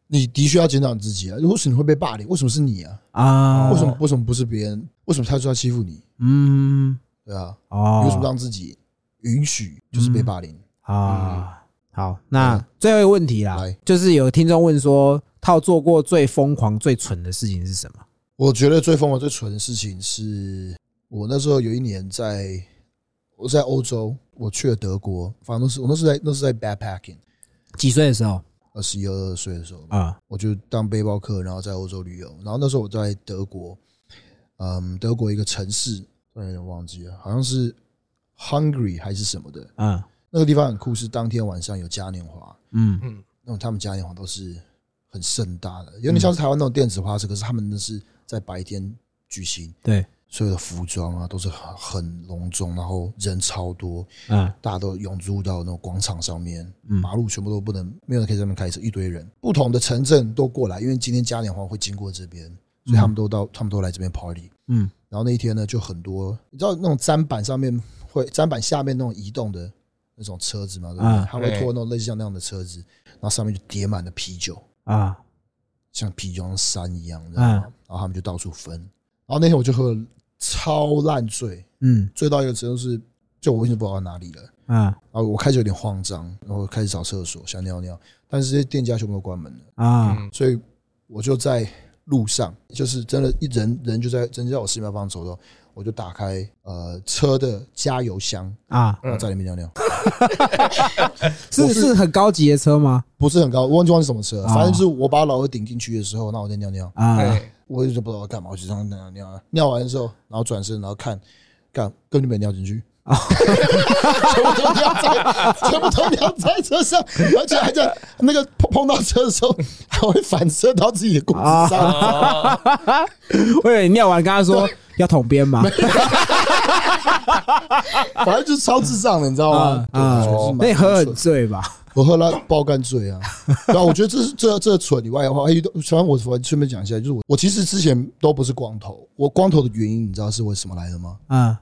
[SPEAKER 3] 你的确要检讨你自己啊。为什么你会被霸凌？为什么是你啊？
[SPEAKER 2] 啊？
[SPEAKER 3] 为什么？为什么不是别人？为什么他就要欺负你？
[SPEAKER 2] 嗯，
[SPEAKER 3] 对啊，
[SPEAKER 2] 哦，
[SPEAKER 3] 你为什么让自己允许就是被霸凌？
[SPEAKER 2] 啊？好，那最后一个问题啦
[SPEAKER 3] 嗯来，
[SPEAKER 2] 就是有听众问说，套做过最疯狂、最蠢的事情是什么？
[SPEAKER 3] 我觉得最疯狂、最蠢的事情是，我那时候有一年在我在欧洲，我去了德国，反正是我那是在那是在 backpacking，
[SPEAKER 2] 几岁的时候
[SPEAKER 3] 二十一二岁的时候，
[SPEAKER 2] 啊？
[SPEAKER 3] 我就当背包客，然后在欧洲旅游。然后那时候我在德国，嗯，德国一个城市，突然有点忘记了，好像是 Hungary 还是什么的。
[SPEAKER 2] 嗯
[SPEAKER 3] 那个地方很酷，是当天晚上有嘉年华，
[SPEAKER 2] 嗯
[SPEAKER 3] 那种他们嘉年华都是很盛大的，有点像是台湾那种电子花车，可是他们那是在白天举行，
[SPEAKER 2] 对，
[SPEAKER 3] 所有的服装啊都是很很隆重，然后人超多，
[SPEAKER 2] 嗯
[SPEAKER 3] 大家都涌入到那种广场上面，
[SPEAKER 2] 嗯
[SPEAKER 3] 马路全部都不能，没有人可以在那边开车，一堆人，不同的城镇都过来，因为今天嘉年华会经过这边，所以他们都到，他们都来这边 party。
[SPEAKER 2] 嗯
[SPEAKER 3] 然后那一天呢，就很多，你知道那种砧板上面会砧板下面那种移动的那种车子嘛，对不对
[SPEAKER 2] 嗯？
[SPEAKER 3] 他会拖那种类似像那样的车子，然后上面就叠满了啤酒，
[SPEAKER 2] 啊
[SPEAKER 3] 像啤酒像山一样，你知道吗？然后他们就到处分。然后那天我就喝了超烂醉，
[SPEAKER 2] 嗯
[SPEAKER 3] 醉到一个程度是，就我已经不知道到哪里了。
[SPEAKER 2] 啊
[SPEAKER 3] 然后我开始有点慌张，然后开始找厕所想尿尿，但是这些店家全部都关门了，
[SPEAKER 2] 啊
[SPEAKER 1] 嗯
[SPEAKER 3] 所以我就在路上，就是真的，一人人就在真就在我四面八方走动，我就打开呃车的加油箱，
[SPEAKER 2] 啊！
[SPEAKER 3] 然后在里面尿尿，
[SPEAKER 2] 是
[SPEAKER 3] 我是
[SPEAKER 2] 是很高级的车吗？
[SPEAKER 3] 不是很高，我忘记忘记什么车了，
[SPEAKER 2] 啊
[SPEAKER 3] 反正就是我把老二顶进去的时候，那我在尿尿，
[SPEAKER 2] 啊
[SPEAKER 1] 对，
[SPEAKER 3] 我就不知道干嘛，我就这样尿尿，尿完之后，然后转身，然后看，干根本就没尿进去。
[SPEAKER 2] 哦
[SPEAKER 3] 全部都尿在，全部都尿在车上，而且还在那个碰碰到车的时候，还会反射到自己的裤子
[SPEAKER 2] 啊
[SPEAKER 3] 上。
[SPEAKER 1] 哦
[SPEAKER 2] 我以为你尿完跟他说要统编吗？
[SPEAKER 3] 反正就是超智障的，你知道吗？对
[SPEAKER 2] 啊
[SPEAKER 3] 就是蛮
[SPEAKER 2] 那你喝很
[SPEAKER 3] 蠢
[SPEAKER 2] 醉吧？
[SPEAKER 3] 我喝了爆干醉啊！然后我觉得这是这这蠢以外的话，还有一哎个虽然我我顺便讲一下，就是我我其实之前都不是光头，我光头的原因你知道是为什么来的吗？
[SPEAKER 2] 啊，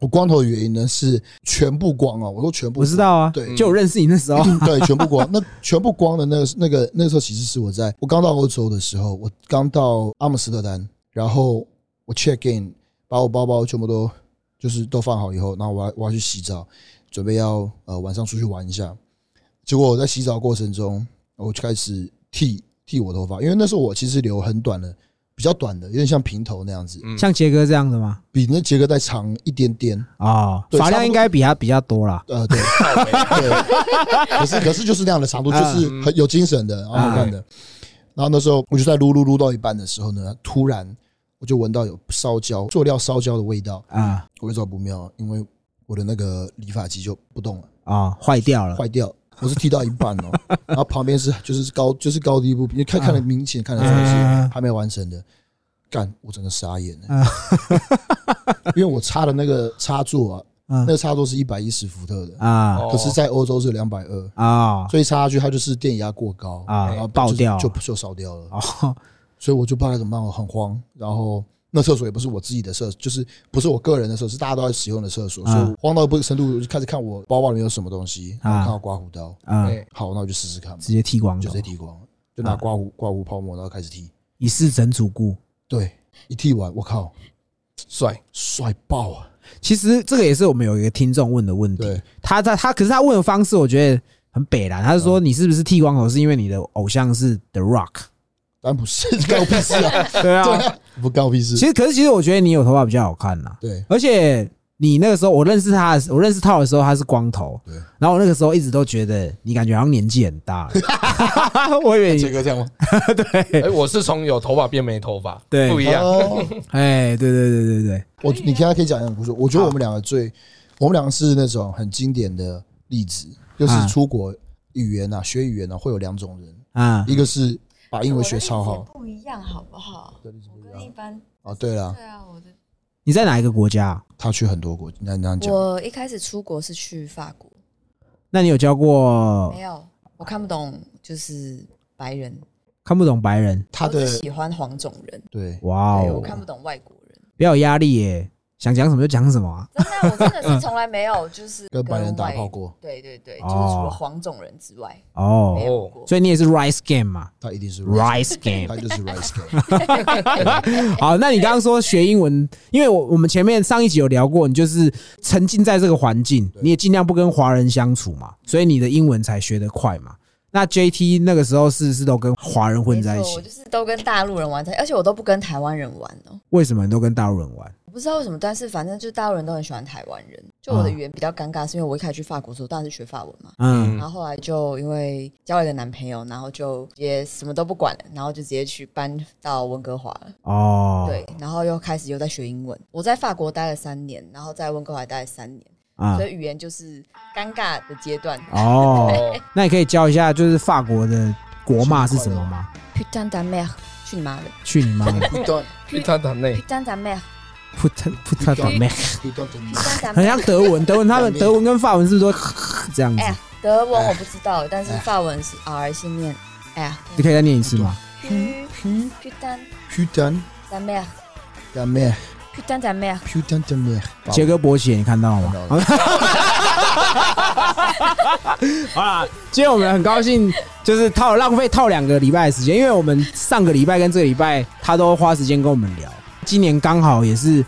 [SPEAKER 3] 我光头的原因呢是全部光啊，我说全部
[SPEAKER 2] 我
[SPEAKER 3] 光
[SPEAKER 2] 知道哦啊，
[SPEAKER 3] 对嗯
[SPEAKER 2] 就我认识你那时候
[SPEAKER 3] 对，全部光。那全部光的那个那个那个时候，其实是我在我刚到欧洲的时候，我刚到阿姆斯特丹，然后我 check in，把我包包全部都就是都放好以后，然后我要我要去洗澡，准备要呃晚上出去玩一下。结果我在洗澡过程中，我就开始剃剃我头发，因为那时候我其实留很短的，比较短的，有点像平头那样子，
[SPEAKER 1] 嗯
[SPEAKER 2] 像杰哥这样的吗？
[SPEAKER 3] 比那杰哥再长一点点。
[SPEAKER 2] 哦，
[SPEAKER 3] 嗯对
[SPEAKER 2] 发
[SPEAKER 3] 差不
[SPEAKER 2] 量
[SPEAKER 3] 多
[SPEAKER 2] 应该比他比较多啦。
[SPEAKER 3] 呃，对，
[SPEAKER 1] 靠北
[SPEAKER 3] 对，可是可是就是那样的长度，就是
[SPEAKER 2] 嗯
[SPEAKER 3] 很有精神的，然后好看的。然后那时候我就在撸撸撸到一半的时候呢，突然我就闻到有烧焦做料烧焦的味道，
[SPEAKER 2] 啊
[SPEAKER 3] 我就知道不妙，因为我的那个理发机就不动了，
[SPEAKER 2] 啊，坏掉了
[SPEAKER 3] 坏掉。我是剃到一半哦，然后旁边是就是高就是高低不平，看看得明显看得出来
[SPEAKER 2] 嗯
[SPEAKER 3] 是还没完成的。干，我整个傻眼了， 因为我插的那个插座啊，
[SPEAKER 2] 嗯
[SPEAKER 3] 那个插座是一百一十伏特的，
[SPEAKER 2] 啊
[SPEAKER 1] 哦
[SPEAKER 3] 可是在欧洲是两百二，
[SPEAKER 2] 啊
[SPEAKER 3] 所以插下去它就是电压过高
[SPEAKER 2] 啊
[SPEAKER 3] 然后
[SPEAKER 2] 爆
[SPEAKER 3] 就
[SPEAKER 2] 掉
[SPEAKER 3] 就就烧掉了。
[SPEAKER 2] 哦
[SPEAKER 3] 所以我就不知道怎么办，我很慌。然后那厕所也不是我自己的厕，就是不是我个人的厕所，是大家都在使用的厕所，
[SPEAKER 2] 啊
[SPEAKER 3] 所以我慌到不是程度，我就开始看我包包里面有什么东西，然后
[SPEAKER 2] 啊
[SPEAKER 3] 看到刮胡刀，
[SPEAKER 2] 啊，
[SPEAKER 1] 对
[SPEAKER 3] 好，那我就试试看嘛，
[SPEAKER 2] 直接剃光
[SPEAKER 3] 就
[SPEAKER 2] 头
[SPEAKER 3] 直接，剃光，就
[SPEAKER 2] 啊
[SPEAKER 3] 拿刮胡刮胡泡沫，然后开始剃。
[SPEAKER 2] 一试整主顾。
[SPEAKER 3] 对，一剃完，我靠，
[SPEAKER 1] 帅，
[SPEAKER 3] 帅爆啊！
[SPEAKER 2] 其实这个也是我们有一个听众问的问题
[SPEAKER 3] 对，
[SPEAKER 2] 他在他可是他问的方式，我觉得很北啦。他是
[SPEAKER 3] 嗯
[SPEAKER 2] 说你是不是剃光头是因为你的偶像是 The Rock？
[SPEAKER 3] 但不是干我屁事 啊，
[SPEAKER 2] 对
[SPEAKER 3] 对
[SPEAKER 2] 啊，
[SPEAKER 3] 啊，不干我屁事
[SPEAKER 2] 其。实可是其实我觉得你有头发比较好看啦，
[SPEAKER 3] 对，
[SPEAKER 2] 而且你那个时候我认识他，的时，我认识套的时候他是光头
[SPEAKER 3] 对，
[SPEAKER 2] 然后我那个时候一直都觉得你感觉好像年纪很 大了，我以为
[SPEAKER 3] 杰
[SPEAKER 2] 你
[SPEAKER 3] 哥这样吗？
[SPEAKER 1] 哎，我是从有头发变没头发，
[SPEAKER 2] 对
[SPEAKER 1] 不一样，
[SPEAKER 3] 哦
[SPEAKER 2] 哎，对对对对对，
[SPEAKER 3] 我你刚才可以讲一很不错，我觉得我们两个最，我们两个是那种很经典的例子，就是出国语言啊，学语言啊，会有两种人，
[SPEAKER 2] 啊
[SPEAKER 3] 一个是把英文学超好
[SPEAKER 4] 不一样，好不好？我跟一般
[SPEAKER 3] 啊，对了，
[SPEAKER 4] 对啊，我的
[SPEAKER 2] 你在哪一个国家啊？
[SPEAKER 3] 他去很多国，那那样讲，
[SPEAKER 4] 我一开始出国是去法国，
[SPEAKER 2] 那你有教过
[SPEAKER 4] 没有，我看不懂就是白人，
[SPEAKER 2] 看不懂白人？
[SPEAKER 3] 他
[SPEAKER 4] 我
[SPEAKER 3] 的
[SPEAKER 4] 只喜欢黄种人，
[SPEAKER 3] 对
[SPEAKER 2] 哇
[SPEAKER 4] 对我
[SPEAKER 2] 哦
[SPEAKER 4] 看不懂外国人。
[SPEAKER 2] 不要有压力耶，想讲什么就讲什么啊。
[SPEAKER 4] 真的，我真的是从来没有就是
[SPEAKER 3] 跟白人打
[SPEAKER 4] 外
[SPEAKER 3] 炮过，
[SPEAKER 4] 对对对，
[SPEAKER 2] 哦
[SPEAKER 4] 就是除了黄种人之外，没
[SPEAKER 2] 哦，
[SPEAKER 4] 有过。
[SPEAKER 2] 所以你也是 Rice Game 嘛
[SPEAKER 3] 他一定是 rice，
[SPEAKER 2] ，Rice Game
[SPEAKER 3] 他。就是 rice game。
[SPEAKER 2] 好，那你刚刚说学英文，因为我我们前面上一集有聊过，你就是沉浸在这个环境，你也尽量不跟华人相处嘛，所以你的英文才学得快嘛。那 JT 那个时候是是都跟华人混在一
[SPEAKER 4] 没错
[SPEAKER 2] 起
[SPEAKER 4] 我，就是都跟大陆人玩在，而且我都不跟台湾人玩哦。
[SPEAKER 2] 为什么你都跟大陆人玩？
[SPEAKER 4] 我不知道为什么，但是反正就是大陆人都很喜欢台湾人。就我的
[SPEAKER 2] 啊
[SPEAKER 4] 语言比较尴尬，是因为我一开始去法国的时候，当然是学法文嘛。
[SPEAKER 2] 嗯，
[SPEAKER 4] 然后后来就因为交了一个男朋友，然后就也什么都不管了，然后就直接去搬到温哥华了。
[SPEAKER 2] 哦，
[SPEAKER 4] 对，然后又开始又在学英文。我在法国待了三年，然后在温哥华待了三年，
[SPEAKER 2] 啊
[SPEAKER 4] 所，以语言就是尴尬的阶段。
[SPEAKER 2] 哦，
[SPEAKER 1] 哦，
[SPEAKER 2] 那你可以教一下，就是法国的国骂是什么 吗？
[SPEAKER 4] Putain de merde！去你妈的
[SPEAKER 2] 去你妈 的
[SPEAKER 1] 去他党内，
[SPEAKER 4] ！Putain de merde！Putain
[SPEAKER 2] ！Put put that on me，
[SPEAKER 4] de
[SPEAKER 2] 很
[SPEAKER 4] merde！
[SPEAKER 2] 像德文，德文他们德文跟法文是说这样子，
[SPEAKER 4] 哎，德文我不知道，但是法文是 R 是念哎呀。
[SPEAKER 2] 你可以再念一次吗？
[SPEAKER 4] Putain
[SPEAKER 3] Putain
[SPEAKER 4] de merde！
[SPEAKER 3] de merde,
[SPEAKER 4] Putain de merde！
[SPEAKER 3] putain de merde。
[SPEAKER 2] 杰哥勃起，你看到了吗？
[SPEAKER 3] 好
[SPEAKER 2] 好啦，今天我们很高兴，就是套浪费套两个礼拜的时间，因为我们上个礼拜跟这个礼拜他都花时间跟我们聊。今年刚好也是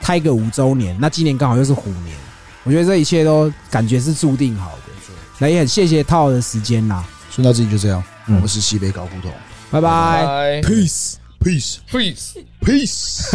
[SPEAKER 2] 泰个五周年，那今年刚好又是虎年，我觉得这一切都感觉是注定好的。那也很谢谢套的时间啦，
[SPEAKER 3] 顺道自己就这样。
[SPEAKER 2] 嗯
[SPEAKER 3] 我是西北搞胡同
[SPEAKER 2] 拜
[SPEAKER 1] 拜
[SPEAKER 2] 拜。
[SPEAKER 3] ，peace，peace，peace。
[SPEAKER 1] ，please。